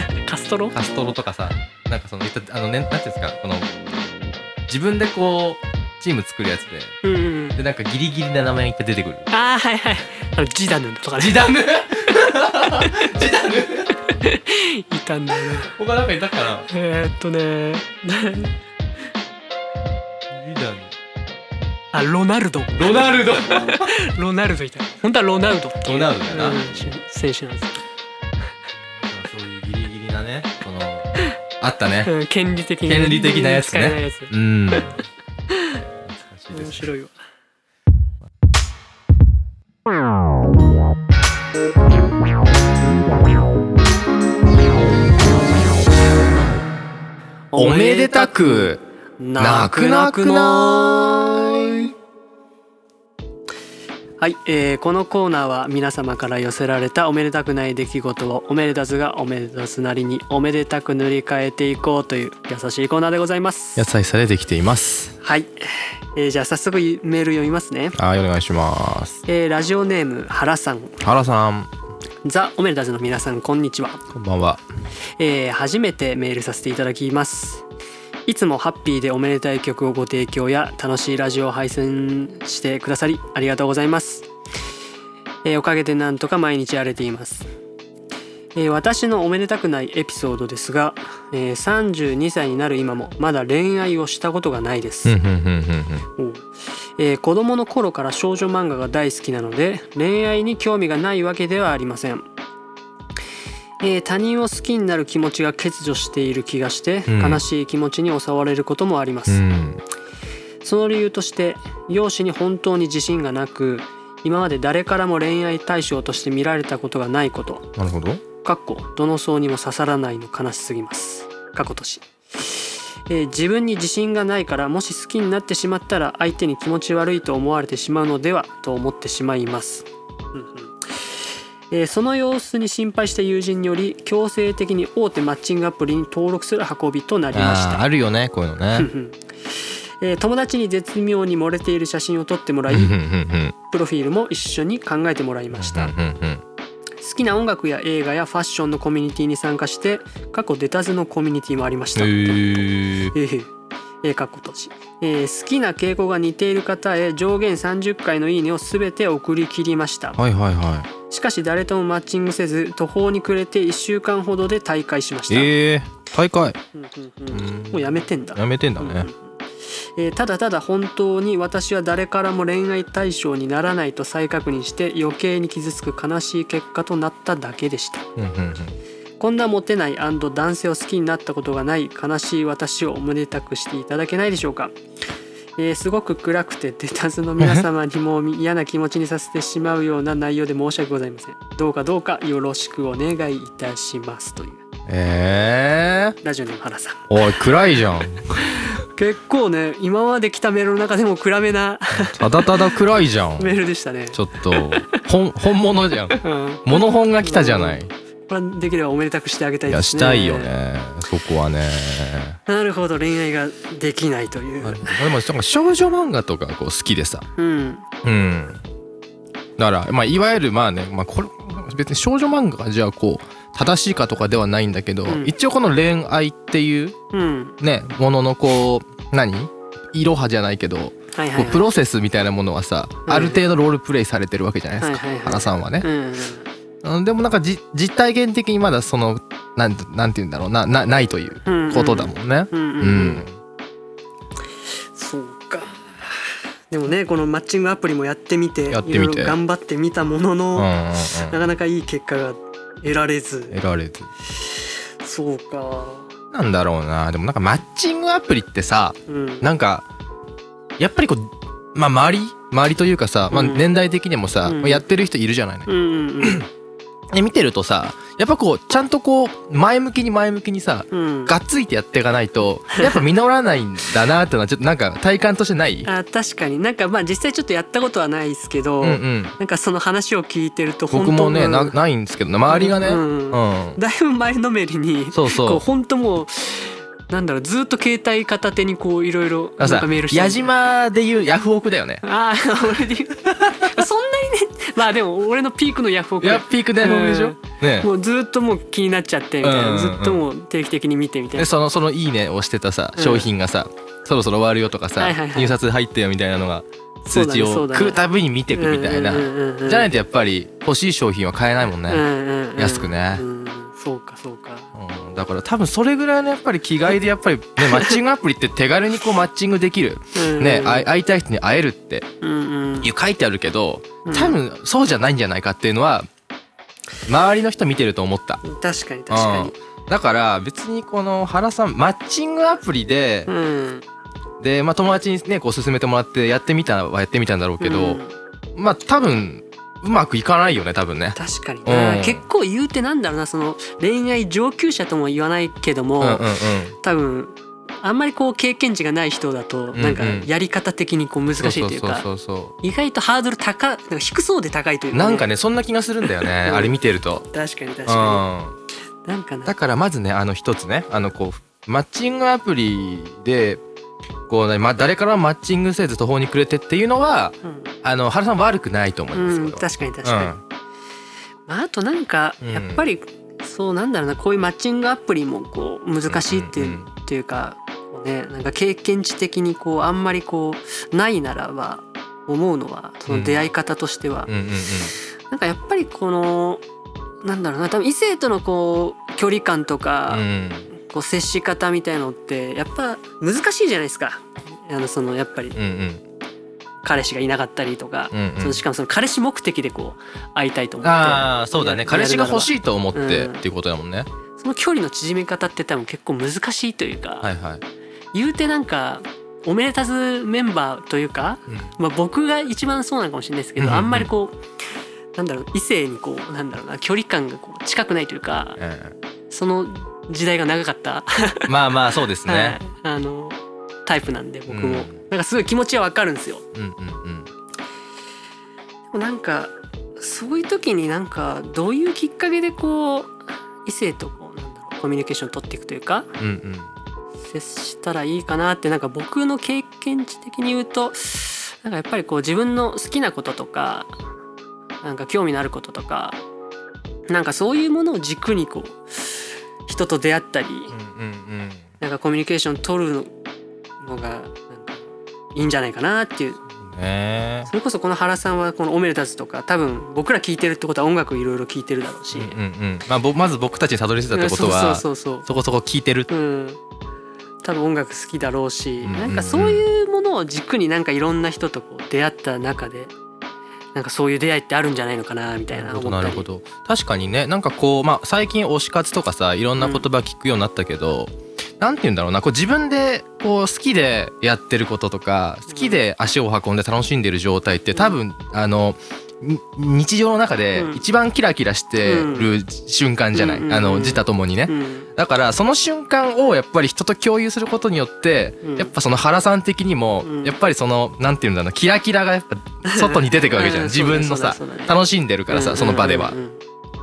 Speaker 1: よね
Speaker 2: カストロ
Speaker 1: カストロとかさなんかそのいったあの、ね、なんていうんですかこの自分でこうチーム作るやつで
Speaker 2: うんうん
Speaker 1: でなんかギリギリな名前が出てくる
Speaker 2: ああはいはいあのジダヌンとかね
Speaker 1: ジダヌジダヌ
Speaker 2: いたんだよね
Speaker 1: 他なんかいたかな
Speaker 2: えー、っとね
Speaker 1: ジダヌ
Speaker 2: あロナルド
Speaker 1: ロナルド
Speaker 2: ロナルドいた本当はロナウドっていう
Speaker 1: ロナウドだな、
Speaker 2: う
Speaker 1: ま
Speaker 2: ん選手なんです
Speaker 1: あそういうギリギリなねこのあったね
Speaker 2: けど、うん、権利的に
Speaker 1: 権利的なやつね
Speaker 2: 使えないやつ
Speaker 1: うん懐かしいで
Speaker 2: 面
Speaker 1: す
Speaker 2: 白いわ
Speaker 1: おめでたく
Speaker 2: な
Speaker 1: な
Speaker 2: く
Speaker 1: く
Speaker 2: な
Speaker 1: な
Speaker 2: く
Speaker 1: く
Speaker 2: ない
Speaker 1: ない
Speaker 2: はい、えーこのコーナーは皆様から寄せられたおめでたくない出来事をおめでたずがおめでたずなりにおめでたく塗り替えていこうという優しいコーナーでございます
Speaker 1: 野。菜されてきています
Speaker 2: はい、えーじゃあ早速メール読みますね。
Speaker 1: はいお願いします
Speaker 2: えーラジオネーム原さん、
Speaker 1: 原さん
Speaker 2: ザ・おめでたずの皆さんこんにちは。
Speaker 1: こんばんは
Speaker 2: えー初めてメールさせていただきますいつもハッピーでおめでたい曲をご提供や楽しいラジオを配信してくださりありがとうございます、えーおかげでなんとか毎日荒れています、えー私のおめでたくないエピソードですが、えー32歳になる今もまだ恋愛をしたことがないで
Speaker 1: うん
Speaker 2: す
Speaker 1: うんうんうん
Speaker 2: おうえー子供の頃から少女漫画が大好きなので恋愛に興味がないわけではありません、えー他人を好きになる気持ちが欠如している気がして、
Speaker 1: うん
Speaker 2: 悲しい気持ちに襲われることもありま
Speaker 1: う
Speaker 2: す、
Speaker 1: んうん
Speaker 2: その理由として容姿に本当に自信がなく今まで誰からも恋愛対象として見られたことがないこと
Speaker 1: なるほど
Speaker 2: かっこどの層にも刺さらないの悲しすぎます過去とし、えー自分に自信がないからもし好きになってしまったら相手に気持ち悪いと思われてしまうのではと思ってしまいます、うんうんえーその様子に心配した友人により強制的に大手マッチングアプリに登録する運びとなりまし
Speaker 1: あ
Speaker 2: た
Speaker 1: ーあるよねこういうのね
Speaker 2: うんうんえー友達に絶妙に漏れている写真を撮ってもらい
Speaker 1: うんうんうん
Speaker 2: プロフィールも一緒に考えてもらいました、
Speaker 1: うんうんうん
Speaker 2: 好きな音楽や映画やファッションのコミュニティに参加して過去出たずのコミュニティもありました、
Speaker 1: へー
Speaker 2: ええええかっこ閉じえー好きな傾向が似ている方へ上限30回の「いいね」を全て送り切りました
Speaker 1: はいはいはい
Speaker 2: しかし誰ともマッチングせず途方に暮れて1週間ほどで退会しました、
Speaker 1: ええ大会
Speaker 2: うんうんうん
Speaker 1: うん
Speaker 2: もうやめてんだ
Speaker 1: やめてんだ
Speaker 2: うんうんう
Speaker 1: ね
Speaker 2: んえーただただ本当に私は誰からも恋愛対象にならないと再確認して余計に傷つく悲しい結果となっただけでした
Speaker 1: うんうんうん
Speaker 2: こんなモテない男性を好きになったことがない悲しい私をおめでたくしていただけないでしょうか、えーすごく暗くて出たずの皆様にも嫌な気持ちにさせてしまうような内容で申し訳ございませんどうかどうかよろしくお願いいたしますという
Speaker 1: ええ
Speaker 2: ラジオネーム原さん
Speaker 1: おい暗いじゃん
Speaker 2: 結構ね今まで来たメールの中でも暗めな
Speaker 1: ただただ暗いじゃん
Speaker 2: メールでしたね
Speaker 1: ちょっと本本物じゃん
Speaker 2: うん、
Speaker 1: 物本が来たじゃない
Speaker 2: これはできればおめでたくしてあげたい
Speaker 1: い
Speaker 2: で
Speaker 1: や
Speaker 2: す
Speaker 1: し
Speaker 2: ね
Speaker 1: たいよねそこはね
Speaker 2: なるほど恋愛ができないという、
Speaker 1: でもなんか少女漫画とかこう好きでさ
Speaker 2: うん
Speaker 1: うんだからまあいわゆるまあねまあこれ別に少女漫画がじゃあこう正しいかとかではないんだけど、
Speaker 2: うん
Speaker 1: 一応この恋愛っていう
Speaker 2: うん
Speaker 1: ねもののこう何いろはじゃないけど、
Speaker 2: はいはい、
Speaker 1: こ
Speaker 2: は
Speaker 1: う
Speaker 2: い、
Speaker 1: プロセスみたいなものはさ、
Speaker 2: うん
Speaker 1: ある程度ロールプレイされてるわけじゃないですか、
Speaker 2: はいはいはい
Speaker 1: 原さんはね
Speaker 2: う、ん
Speaker 1: うんでもなんかじ実体験的にまだそのなんてなんて言うんだろうななないという
Speaker 2: うんうん
Speaker 1: ことだもんね。
Speaker 2: うんうん
Speaker 1: う
Speaker 2: うん
Speaker 1: ん
Speaker 2: そうかでもねこのマッチングアプリもやってみて
Speaker 1: やってみて
Speaker 2: いろいろ頑張ってみたもの
Speaker 1: うんうん
Speaker 2: の、
Speaker 1: うん
Speaker 2: なかなかいい結果が得られず
Speaker 1: 得られず
Speaker 2: そうか
Speaker 1: なんだろうなでもなんかマッチングアプリってさ
Speaker 2: うん
Speaker 1: なんかやっぱりこう、まあ、周り周りというかさ、まあ、
Speaker 2: うん
Speaker 1: 年代的にもさ、
Speaker 2: うん
Speaker 1: まあやってる人いるじゃないね
Speaker 2: う。んうん
Speaker 1: で見てるとさやっぱこうちゃんとこう前向きに前向きにさ
Speaker 2: うん、う ん、
Speaker 1: がっついてやっていかないとやっぱ実らないんだなってのはちょっとなんか体感としてない
Speaker 2: あ確かになんかまあ実際ちょっとやったことはないですけど、
Speaker 1: うんうん
Speaker 2: なんかその話を聞いてると本当
Speaker 1: 僕もね
Speaker 2: うん
Speaker 1: なないんですけど周りがね
Speaker 2: う
Speaker 1: うんん
Speaker 2: だいぶ前のめりに
Speaker 1: そう
Speaker 2: こう
Speaker 1: そう
Speaker 2: 本当もうなんだろうずっと携帯片手にこういろいろなん
Speaker 1: あさ
Speaker 2: かメールしてる
Speaker 1: 矢島でいうヤフオクだよね
Speaker 2: ああ俺 で言うそんなにねまあでも俺のピークのヤフオク
Speaker 1: いやピークでヤフオクでしょね
Speaker 2: もうずっともう気になっちゃってみたいな、
Speaker 1: うんうんうん
Speaker 2: ずっともう定期的に見てみたい
Speaker 1: で
Speaker 2: な
Speaker 1: そのその「いいね」をしてたさ
Speaker 2: うん
Speaker 1: 商品がさそろそろ終わるよとか
Speaker 2: は
Speaker 1: さ
Speaker 2: いはいはい
Speaker 1: 入札入ってよみたいなのが
Speaker 2: そ
Speaker 1: 通
Speaker 2: うだね
Speaker 1: 知を
Speaker 2: そうだね
Speaker 1: 来るたびに見てくみたいな
Speaker 2: うんうんうんうん
Speaker 1: じゃないとやっぱり欲しい商品は買えないもん
Speaker 2: うん
Speaker 1: ね
Speaker 2: うんうん
Speaker 1: 安くね
Speaker 2: うんそうかそうか
Speaker 1: うんだから多分それぐらいのやっぱり気概でやっぱ りねマッチングアプリって手軽にこうマッチングできるねあい会いたい人に会えるって
Speaker 2: うんうん
Speaker 1: いう書いてあるけど
Speaker 2: うん
Speaker 1: 多分そうじゃないんじゃないかっていうのは周りの人見てると思った。
Speaker 2: 確かに確か
Speaker 1: う
Speaker 2: に
Speaker 1: んだから別にこの原さんマッチングアプリで、
Speaker 2: うん
Speaker 1: で、まあ、友達にねこう勧めてもらってやってみたはやってみたんだろうけど、
Speaker 2: うん
Speaker 1: まあ多分うまくいかないよね多分ね
Speaker 2: 確かにな、
Speaker 1: うん
Speaker 2: 結構言うてなんだろうなその恋愛上級者とも言わないけども、
Speaker 1: うんうんうん
Speaker 2: 多分あんまりこう経験値がない人だとなんか
Speaker 1: うんうん
Speaker 2: やり方的にこう難し
Speaker 1: そう
Speaker 2: い
Speaker 1: そう
Speaker 2: という
Speaker 1: そうそ
Speaker 2: か
Speaker 1: うそ
Speaker 2: 意外とハードル高なんか低そうで高いという
Speaker 1: う
Speaker 2: か、
Speaker 1: な
Speaker 2: ね、
Speaker 1: んかねそんな気がするんだよね
Speaker 2: うん
Speaker 1: あれ見てると
Speaker 2: 確かに確か
Speaker 1: うん
Speaker 2: になんかな
Speaker 1: だからまずねあの一つねあのこうマッチングアプリでこう、ねま、誰からもマッチングせず途方に暮れてっていうのは
Speaker 2: うん
Speaker 1: あの原さん悪くないと思います
Speaker 2: うん、
Speaker 1: けど、
Speaker 2: 確かに確かに、まあ、あとなんか
Speaker 1: うん
Speaker 2: やっぱりそうなんだろうなこういうマッチングアプリもこう難しいっていう,、
Speaker 1: うんうんうん
Speaker 2: っていうかこうねなんか経験値的にこうあんまりこうないならば思うのはその出会い方としては、
Speaker 1: うんうんうん
Speaker 2: なんかやっぱりこのなんだろうな多分異性とのこう距離感とか、
Speaker 1: うん
Speaker 2: こう接し方みたいのってやっぱ難しいじゃないですか。あのそのやっぱり
Speaker 1: うんうん
Speaker 2: 彼氏がいなかったりとか、
Speaker 1: うんうん
Speaker 2: そのしかもその彼氏目的でこう会いたいと思って
Speaker 1: ああそうだね彼氏が欲しいと思って
Speaker 2: うん
Speaker 1: っていうことだもんね、
Speaker 2: その距離の縮め方って多分結構難しいというか、
Speaker 1: はいはい、
Speaker 2: 言うてなんかおめでたずメンバーというか、
Speaker 1: うん
Speaker 2: まあ、僕が一番そうなのかもしれないですけど、
Speaker 1: うんうんうん
Speaker 2: あんまりこうなんだろう異性にこうなんだろうな距離感がこう近くないというか
Speaker 1: え
Speaker 2: その時代が長かった、
Speaker 1: えまあまあそうです
Speaker 2: は
Speaker 1: ね
Speaker 2: い、 あのタイプなんで僕も、
Speaker 1: うん
Speaker 2: なんかすごい気持ちはわかるんですよ。
Speaker 1: うんうんうん
Speaker 2: でもなんかそういう時になんかどういうきっかけでこう異性とこうなんだろうコミュニケーションを取っていくというか
Speaker 1: うんうん
Speaker 2: 接したらいいかなってなんか僕の経験値的に言うとなんかやっぱりこう自分の好きなこととかなんか興味のあることとかなんかそういうものを軸にこう人と出会ったり
Speaker 1: うんうん
Speaker 2: なんかコミュニケーション取るのがなんかいいんじゃないかなっていう
Speaker 1: うんねえ
Speaker 2: それこそこの原さんはこの「オメルタズ」とか多分僕ら聴いてるってことは音楽いろいろ聴いてるだろうし、
Speaker 1: うんうんうんまあ、ぼまず僕たちにたどり着いたってことは
Speaker 2: そうそうそう
Speaker 1: そこそこ聞いてる
Speaker 2: そう、うん、多分音楽好きだろうし、
Speaker 1: うんうんうん
Speaker 2: なんかそういうものを軸になんかいろんな人とこう出会った中でなんかそういう出会いってあるんじゃないのかなみたい
Speaker 1: な
Speaker 2: な
Speaker 1: るほ
Speaker 2: 思
Speaker 1: ど
Speaker 2: った
Speaker 1: な
Speaker 2: り
Speaker 1: るほど確かにねなんかこう、まあ、最近推し活とかさいろんな言葉聞くようになったけど、なんて言うんだろうなこう自分でこう好きでやってることとか好きで足を運んで楽しんでる状態って多分、あのに日常の中で
Speaker 2: うん
Speaker 1: 一番キラキラしてる瞬間じゃない、
Speaker 2: うん
Speaker 1: あ
Speaker 2: うんう
Speaker 1: の
Speaker 2: ん
Speaker 1: 自他ともにね。
Speaker 2: うん
Speaker 1: だからその瞬間をやっぱり人と共有することによって、
Speaker 2: うん
Speaker 1: やっぱその原さん的にも、
Speaker 2: うん
Speaker 1: やっぱりそのなんていうんだろうなキラキラがやっぱ外に出てくわけじゃ
Speaker 2: うん
Speaker 1: ん自分のさ
Speaker 2: そうだそうだ
Speaker 1: 楽しんでるから
Speaker 2: う
Speaker 1: さ
Speaker 2: ん
Speaker 1: その場では
Speaker 2: うん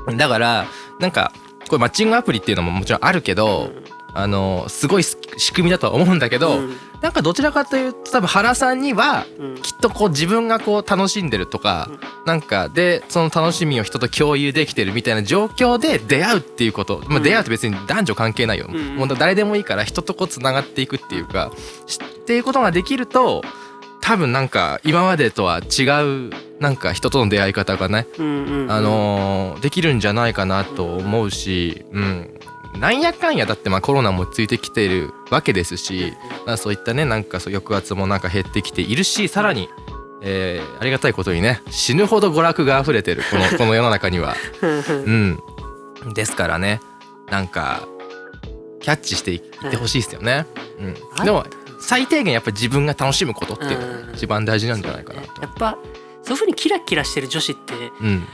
Speaker 2: う。ん
Speaker 1: だからなんかこれマッチングアプリっていうのももちろんあるけど、
Speaker 2: うん
Speaker 1: あのすごいす仕組みだとは思うんだけど、
Speaker 2: うん
Speaker 1: なんかどちらかというと多分原さんには
Speaker 2: うん
Speaker 1: きっとこう自分がこう楽しんでるとか、
Speaker 2: うん
Speaker 1: なんかでその楽しみを人と共有できてるみたいな状況で出会うっていうこと、ま
Speaker 2: う
Speaker 1: あ、
Speaker 2: ん
Speaker 1: 出会うって別に男女関係ないよ、
Speaker 2: うん
Speaker 1: もう誰でもいいから人とこうつながっていくっていうかしっていうことができると多分なんか今までとは違うなんか人との出会い方がね
Speaker 2: うんうんうん
Speaker 1: あのーできるんじゃないかなと思うし、うん、なんやかんやだってまあコロナもついてきているわけですし、まあ、そういったねなんかそう抑圧もなんか減ってきているしさらに、えーありがたいことにね死ぬほど娯楽が溢れてるこ のこの世の中には。
Speaker 2: うんうん
Speaker 1: うん、ですからねなんかキャッチしていいってほしいですよね。う
Speaker 2: は
Speaker 1: ん、
Speaker 2: い
Speaker 1: でも最低限やっぱり自分が楽しむことっていうの
Speaker 2: うん
Speaker 1: が一番大事なんじゃないかなと。
Speaker 2: やっぱそういうふうにキラキラしてる女子って
Speaker 1: うん、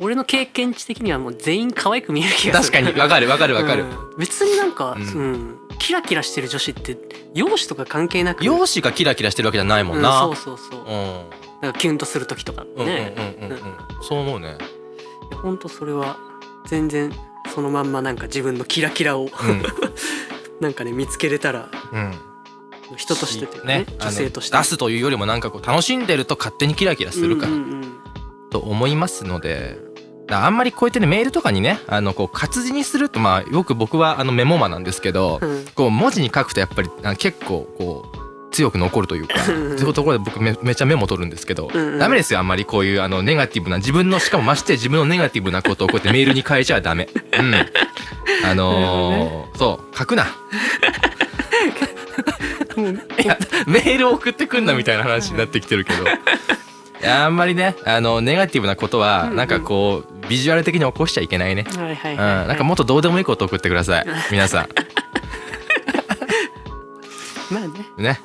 Speaker 2: 俺の経験値的にはもう全員可愛く見える気が
Speaker 1: 確
Speaker 2: する
Speaker 1: かにわかるわかるわかる。
Speaker 2: うん別になんか、う
Speaker 1: うんん
Speaker 2: キラキラしてる女子って容姿とか関係なく
Speaker 1: 容姿がキラキラしてるわけじゃないもん
Speaker 2: う、
Speaker 1: なん
Speaker 2: そうそうそう、
Speaker 1: うん
Speaker 2: なんかキュンとする時とか
Speaker 1: うんうんうん
Speaker 2: ね、
Speaker 1: うんう
Speaker 2: うん
Speaker 1: んそう思うね、
Speaker 2: いやほんとそれは全然そのまんまなんか自分のキラキラを
Speaker 1: うん
Speaker 2: なんかね見つけれたら
Speaker 1: うん、
Speaker 2: 人としてというかね
Speaker 1: あの
Speaker 2: 女性として
Speaker 1: 出すというよりもなんかこう楽しんでると勝手にキラキラするか
Speaker 2: う
Speaker 1: ら
Speaker 2: んうんうん
Speaker 1: と思いますので、だあんまりこうやってねメールとかにねあのこう活字にするとまあよく僕はあのメモマなんですけど、
Speaker 2: うん
Speaker 1: こう文字に書くとやっぱりあ結構こう強く残るというかそういうところで僕めめっちゃメモ取るんですけど、
Speaker 2: うんうん
Speaker 1: ダメですよあんまりこういうあのネガティブな自分のしかもまして自分のネガティブなことをこうやってメールに変えちゃダメ。うん、あのーそう書くな メール送ってくんなみたいな話になってきてるけど。いやあんまりねあのネガティブなこと
Speaker 2: うん
Speaker 1: は
Speaker 2: うん
Speaker 1: なんかこうビジュアル的に起こしちゃいけないね、
Speaker 2: はいはいはい、
Speaker 1: うん、なんかもっとどうでもいいこと送ってください皆さ
Speaker 2: まあね
Speaker 1: んね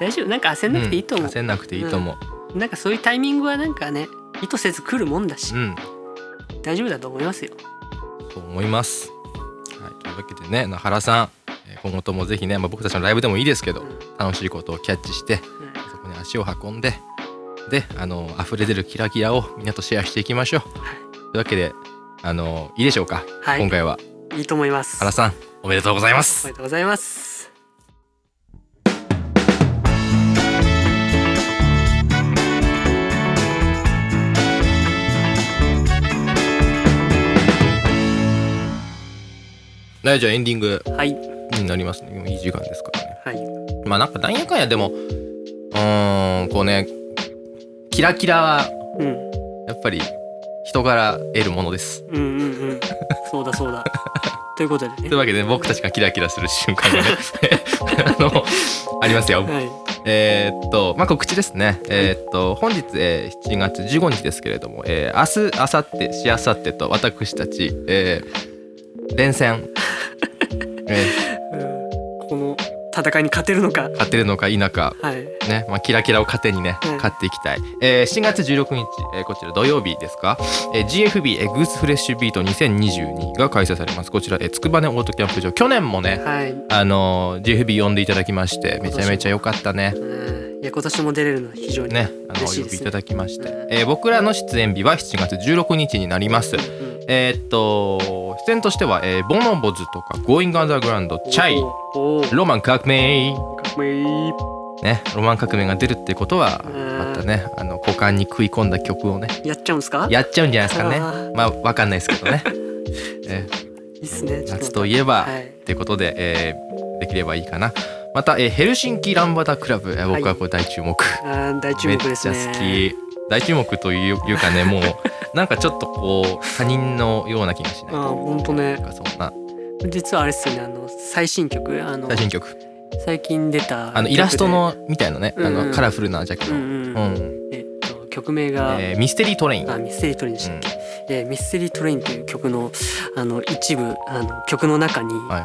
Speaker 2: 大丈夫なんか焦んなくていいと思う
Speaker 1: うん、焦んなくていいと思う、
Speaker 2: なんかそういうタイミングはなんかね意図せず来るもんだし
Speaker 1: うん
Speaker 2: 大丈夫だと思いますよ
Speaker 1: と思います。はい、というわけでね、野原さん、えー今後ともぜひね、まあ、僕たちのライブでもいいですけど、
Speaker 2: うん
Speaker 1: 楽しいことをキャッチして、そこに足を運んで、で、あの、溢れ出るキラキラをみんなとシェアしていきましょう。
Speaker 2: はい
Speaker 1: というわけで、あの、いいでしょうか。
Speaker 2: はい
Speaker 1: 今回は、
Speaker 2: いいと思います
Speaker 1: 原さん、おめでとうございます
Speaker 2: おめ。でとうございます
Speaker 1: はい、じゃあエンディング
Speaker 2: はい
Speaker 1: になりますね。もういい時間ですからね。
Speaker 2: はい
Speaker 1: まあ、なんか、なんやかんやでも、うーん、こうね、キラキラは、
Speaker 2: うん
Speaker 1: やっぱり、人から得るものです。
Speaker 2: うんうんうんそうだそうだということで
Speaker 1: という
Speaker 2: ね
Speaker 1: わけで僕たちがキラキラする瞬間がね あのありますよ。
Speaker 2: は
Speaker 1: えーっと、まあ、告知ですね。えーっと本日、えー7月15日ですけれども、えー、明日明後日しあさってと私たち、えー連戦、え
Speaker 2: い、うん、この戦いに勝てるのか
Speaker 1: ー勝てるのか否か。
Speaker 2: はい
Speaker 1: ねまあ、キラキラを糧にね、
Speaker 2: うん
Speaker 1: 勝っていきたい、えー7月16日、えーこちら土曜日ですか、えー GFB、えーグースフレッシュビート2022が開催されますこちら、えー、筑波根オートキャンプ場去年もね
Speaker 2: はい
Speaker 1: あの GFB 呼んでいただきましてめちゃめちゃ良かったね。
Speaker 2: うんいや今年も出れるのは非常に
Speaker 1: ね、あのお
Speaker 2: 嬉しい
Speaker 1: 呼
Speaker 2: で
Speaker 1: びい
Speaker 2: す
Speaker 1: た
Speaker 2: ね
Speaker 1: だきまして、
Speaker 2: うん
Speaker 1: えー僕らの出演日は7月16日になります。
Speaker 2: うん
Speaker 1: えーっと出演としては、えーボノボズとかゴーイングアンダーグラウンドチャイ
Speaker 2: おおー
Speaker 1: ロマン革命
Speaker 2: かっこいい
Speaker 1: ねロマン革命が出るってことは
Speaker 2: うん
Speaker 1: またねあの股間に食い込んだ曲をね
Speaker 2: やっちゃうんですか
Speaker 1: やっちゃうんじゃないですかね
Speaker 2: あー
Speaker 1: まあわかんないですけ どね、えー
Speaker 2: いいっすねちょっ
Speaker 1: 夏といえば、
Speaker 2: はい
Speaker 1: ということで、えーできればいいかなまた、えーヘルシンキランバダクラブ、えー僕はこれ大注目、
Speaker 2: あー大注目ですね
Speaker 1: めっちゃ好き大注目といういうか ねもうなんかちょっとこう他人のような気がしない
Speaker 2: あーほんとね
Speaker 1: なんかそんな
Speaker 2: 実はあれっすよねあの最新曲あの
Speaker 1: 最新曲
Speaker 2: 最近出た
Speaker 1: あのイラストのみたいなね、
Speaker 2: うんうん
Speaker 1: あのカラフルなジャケッ
Speaker 2: 曲
Speaker 1: ト、
Speaker 2: でう
Speaker 1: うん
Speaker 2: んうんえっと曲名が、
Speaker 1: えーミステリートレイン、
Speaker 2: あミステリートレインでしたっけ、えーミステリートレインという曲のあの一部あの曲の中に、
Speaker 1: はいはい、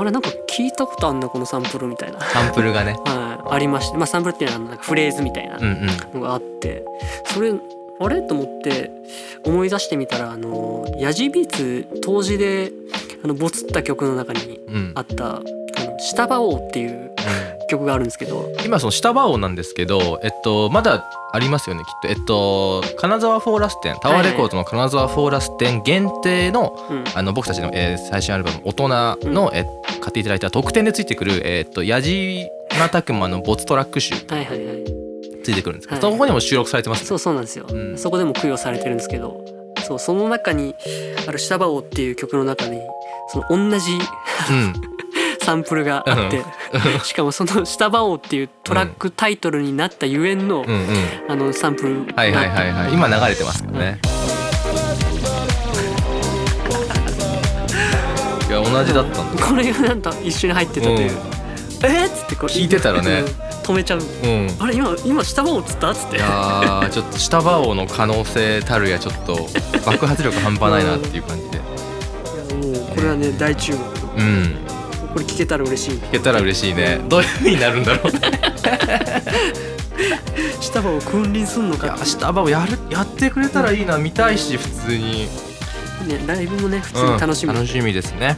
Speaker 2: あれなんか聞いたことあんなこのサンプルみたいな、
Speaker 1: サンプルがね
Speaker 2: はい、ありまして、まあ、サンプルっていうのはあのなんかフレーズみたいな
Speaker 1: うんうん
Speaker 2: のがあって、それあれと思って思い出してみたらあのヤジビーツ当時であのボツった曲の中に
Speaker 1: うん
Speaker 2: あった「あの下馬王」っていう曲があるんですけど
Speaker 1: 今その下馬王なんですけど、えっと、まだありますよねきっとえっと金沢フォーラス店タワーレコードの金沢フォーラス店限定の
Speaker 2: うん
Speaker 1: あの僕たちの、えー最新アルバム「大人の」えー買っていただいた特典でついてくる、えー、と矢島拓磨の没トラック集
Speaker 2: はいはいはい
Speaker 1: ついてくるんですけど、
Speaker 2: はい
Speaker 1: そこにも収録されて ますね
Speaker 2: そうそうなんですよ、
Speaker 1: うん
Speaker 2: そこでも供養されてるんですけどそうその中にある「下馬王」っていう曲の中にその同じ
Speaker 1: うん
Speaker 2: サンプルがあって、 しかもその「下馬王」っていうトラックタイトルになったゆえんの、
Speaker 1: うんうん
Speaker 2: あのサンプル
Speaker 1: はいはいはいはい今流れてますから ね、いや同じだったんだ
Speaker 2: これがなんと一緒に入ってたという、
Speaker 1: うん
Speaker 2: えっ、っつってこう
Speaker 1: 聞いてたらね
Speaker 2: 止めちゃう
Speaker 1: うん
Speaker 2: あれ今今下馬王っつったっつって
Speaker 1: いやーちょっと下馬王の可能性たるやちょっと爆発力半端ないなっていう感じで
Speaker 2: いやもうこれはね大注目
Speaker 1: うん
Speaker 2: これ聞けたら嬉しい
Speaker 1: 聞けたら嬉しいねどういう風になるんだ ろう
Speaker 2: 下馬王君臨すんの
Speaker 1: い
Speaker 2: か
Speaker 1: や
Speaker 2: って
Speaker 1: 明日ばをやるやってくれたらいいな見たいし普通に、
Speaker 2: ねライブもね普通に楽しみ、
Speaker 1: うん楽しみですね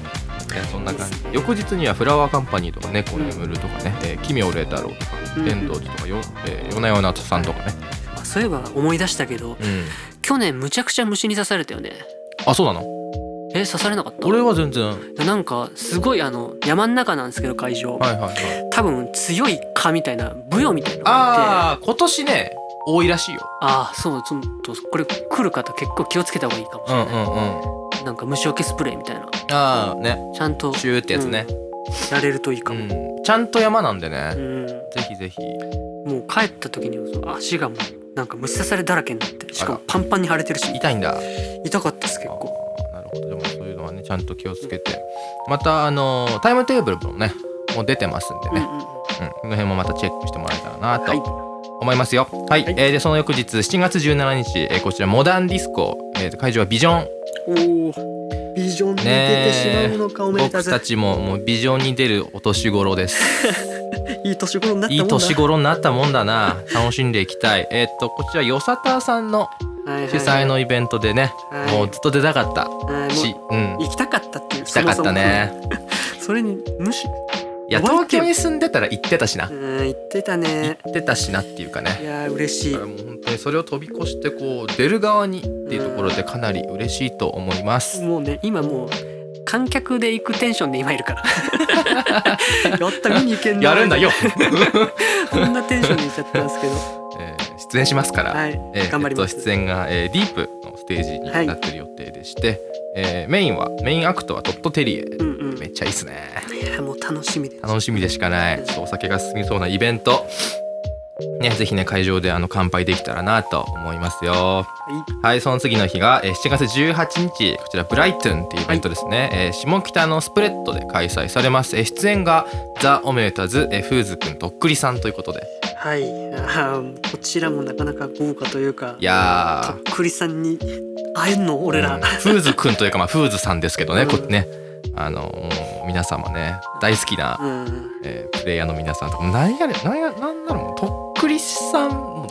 Speaker 1: いやそんな感じ翌日にはフラワーカンパニーとかね「猫眠る」とかね「えー奇妙麗太郎」とか
Speaker 2: う
Speaker 1: 「
Speaker 2: ん
Speaker 1: 天道寺」とかよ「えーよなよなとさん」とかね、
Speaker 2: あそういえば思い出したけど
Speaker 1: うん、
Speaker 2: 去年むちゃくちゃ虫に刺されたよね
Speaker 1: あそうなの
Speaker 2: え刺されなかった
Speaker 1: 俺は全然はい
Speaker 2: やなんかすごいあの山ん中なんですけど会
Speaker 1: い
Speaker 2: 場、
Speaker 1: はいはい
Speaker 2: 多分強い蚊みたいなブヨみたいなのがあって
Speaker 1: ああ今年ね多いらしいよ
Speaker 2: ああそうちょっとこれ来る方結構気をつけた方がいいかもし
Speaker 1: う
Speaker 2: れ
Speaker 1: んう
Speaker 2: なんい、
Speaker 1: うん
Speaker 2: なんか虫除けスプレーみたいな
Speaker 1: ああね
Speaker 2: ちゃんと
Speaker 1: シューってやつね、
Speaker 2: やれるといいか
Speaker 1: う
Speaker 2: も、
Speaker 1: んちゃんと山なんでね、
Speaker 2: うん
Speaker 1: ぜひぜひ
Speaker 2: もう帰った時にはその足がもうなんか虫刺されだらけになってしか
Speaker 1: あ
Speaker 2: も
Speaker 1: ら
Speaker 2: パンパンに腫れてるし
Speaker 1: 痛いんだ
Speaker 2: 痛かったです結構
Speaker 1: あーなるほどでもそういうのはねちゃんと気をつけてまたあのータイムテーブルもねもう出てますんで
Speaker 2: うんう
Speaker 1: ね、
Speaker 2: んうん
Speaker 1: うんこの辺もまたチェックしてもらえたらな
Speaker 2: はい
Speaker 1: と思いますよはい、
Speaker 2: はい
Speaker 1: えーでその翌日7月17日、えーこちらモダンディスコ、えー会場はビジョン
Speaker 2: おービジョンに出てしまうのかおめでた
Speaker 1: 僕
Speaker 2: ず、
Speaker 1: たちももうビジョンに出るお年頃です
Speaker 2: いい年頃になったもんだ
Speaker 1: いい年頃になったもんだな楽しんでいきたいえーっとこちらよさたーさんの、
Speaker 2: はいはい
Speaker 1: 主催のイベントでね、
Speaker 2: はい
Speaker 1: もうずっと出たかった
Speaker 2: はいも
Speaker 1: し、うん
Speaker 2: う、行きたかったっていう
Speaker 1: 来たかったね。
Speaker 2: そもそもそれに無視う
Speaker 1: いや
Speaker 2: お前
Speaker 1: 東
Speaker 2: って
Speaker 1: 京に住んでたら行ってたしな、
Speaker 2: ん言ってた
Speaker 1: 行
Speaker 2: ね
Speaker 1: ってたしなっていうかね
Speaker 2: い。やー嬉しい
Speaker 1: だからもう本当にそれを飛び越してこう出る側にっていうところでかなり嬉しいと思います。
Speaker 2: もうね今もう観客で行くテンションで今いるから やった見に行けんな
Speaker 1: やるんだよ。
Speaker 2: こんなテンションで行っちゃったんですけど
Speaker 1: えー出演しますから。
Speaker 2: はい
Speaker 1: えー
Speaker 2: 頑張ります
Speaker 1: えっと出演が、えーディープのステージになってる予定でして、えーメインはメインアクトはトットテリエ、
Speaker 2: うんうん
Speaker 1: めっちゃいいっすね
Speaker 2: いやもう楽しみです
Speaker 1: 楽しみでしかないちょっとお酒が進みそうなイベントねぜひね会場であの乾杯できたらなと思いますよ
Speaker 2: は
Speaker 1: はいその次の日が、えー7月18日こちらブライトンっていうイベントですね、えー下北のスプレッドで開催されます、えー出演がザ・オメータズ、えー、フーズくんとっくりさんということで
Speaker 2: い、はい、あーこちらもなかなか豪華というか
Speaker 1: いやー
Speaker 2: とっくりさんに会えんの俺ら、
Speaker 1: うんフーズくんというか、 まあ、フーズさんですけどね、
Speaker 2: うん
Speaker 1: こねあのもう皆様ね大好きな、
Speaker 2: うん
Speaker 1: えープレイヤーの皆さんとかもう何やれ何や何なのもうとっくりさん も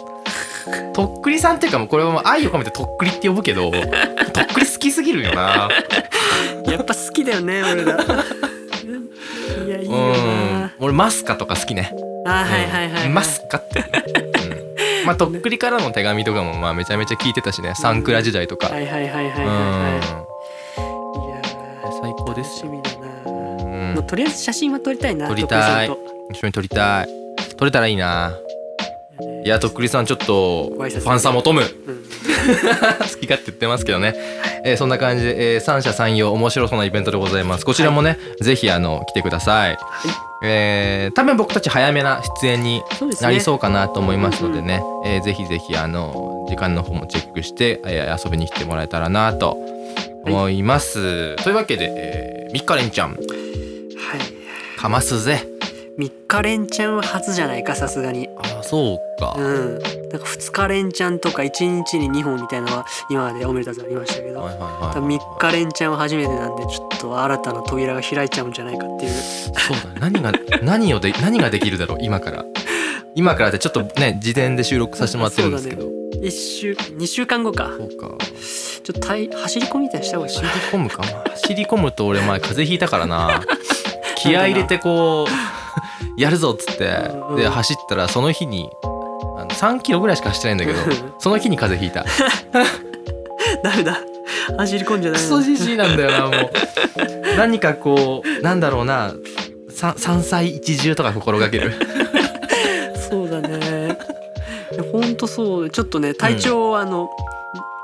Speaker 1: うとっくりさんっていうかもうこれはもう愛を込めてとっくりって呼ぶけ どとっくり好きすぎるよな
Speaker 2: やっぱ好きだよね 俺らいやいいうよ
Speaker 1: ん
Speaker 2: な
Speaker 1: 俺マスカとか好きね
Speaker 2: あーはいはいはい、はい、
Speaker 1: うんマスカって、うんまあとっくりからの手紙とかもまあめちゃめちゃ聞いてたしねサンクラ時代とか、
Speaker 2: はいはいはいは
Speaker 1: う
Speaker 2: い
Speaker 1: ん
Speaker 2: はいはいいやー
Speaker 1: 最高です
Speaker 2: 楽し
Speaker 1: よ、
Speaker 2: みだな
Speaker 1: うん
Speaker 2: もうとりあえず写真は撮りたいな
Speaker 1: 撮りたい
Speaker 2: 徳井さん
Speaker 1: 一緒に撮りたい撮れたらいいな
Speaker 2: とね
Speaker 1: いやとっくりさんちょっとフ
Speaker 2: ご挨拶
Speaker 1: ァンさ求む好
Speaker 2: うん
Speaker 1: き勝手言ってますけどね、えーそんな感じで、えー三者三様面白そうなイベントでございますこちらもね、ぜひあの来てください、えー多分僕たち早めな出演に
Speaker 2: そうですね
Speaker 1: なりそうかなと思いますのでねえーぜひぜひあの時間の方もチェックして、えー遊びに来てもらえたらなと思います、というわけで、えー、みっかれんちゃん
Speaker 2: はい
Speaker 1: かますぜ
Speaker 2: 三日連チャンは初じゃないかさすがに
Speaker 1: あそうか
Speaker 2: う、んなんか二日連チャンとか一日に二本みたいなのは今までオメルタズありましたけど
Speaker 1: はいはいはいはい
Speaker 2: 多分三日連チャンは初めてなんでちょっと新たな扉が開いちゃうんじゃないかっていう
Speaker 1: そうだね何が 何をで何ができるだろう今から今からってちょっとね事前で収録させてもらってるんですけどそう,、
Speaker 2: 一週二週間後か
Speaker 1: か
Speaker 2: ちょっとたい走り込みみたいにした方がいいか
Speaker 1: 走り
Speaker 2: な
Speaker 1: 込むかまあ走り込むと俺前風邪ひいたからな気合い入れてこうやるぞっつって
Speaker 2: うんうん
Speaker 1: で走ったらその日にあの3キロぐらいしか走ってないんだけ
Speaker 2: うん
Speaker 1: どその日に風邪ひいた
Speaker 2: ダメだ走り込んじゃ
Speaker 1: ク
Speaker 2: ダメ
Speaker 1: ソ
Speaker 2: だ
Speaker 1: じじいなんだよ なもう何かこうなんだろうなさ三歳一重とか心がける
Speaker 2: そうだね。いやほんとそう。ちょっとね、体調をあの、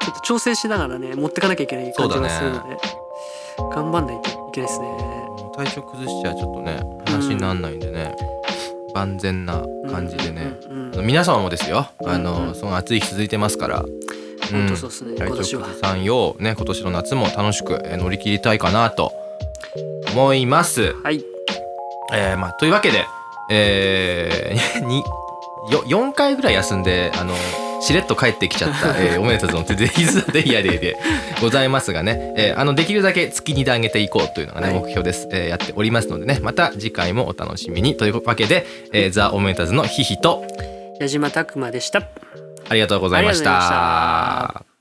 Speaker 2: ちょっと調整しながらね、持ってかなきゃいけない感じがするので、頑張んないといけないですね。
Speaker 1: 体調崩しちゃちょっとね話になんないんでね、万全な感じでね、
Speaker 2: うんうんうん。
Speaker 1: あの皆様もですよ、あ
Speaker 2: うんう
Speaker 1: の
Speaker 2: ん
Speaker 1: その暑い日続いてますから、う
Speaker 2: ほん
Speaker 1: ん
Speaker 2: とそうですね、
Speaker 1: 体調
Speaker 2: 今年は
Speaker 1: 崩。さんようね今年の夏も楽しくえー乗り切りたいかなと思います。
Speaker 2: はい。
Speaker 1: えーまあ、というわけで、えー、 によ4回ぐらい休んであのしれっと帰ってきちゃった、 えー、おめでとうのデイズ・デイヤデーでございますがね、えーあのできるだけ月にで上げていこうというのがね、
Speaker 2: はい
Speaker 1: 目標です、えーやっておりますのでねまた次回もお楽しみにというわけで「えー、ザ・おめでとうのヒヒと
Speaker 2: 矢島拓馬でした。
Speaker 1: ありがとうございまし。
Speaker 2: ありがとうございました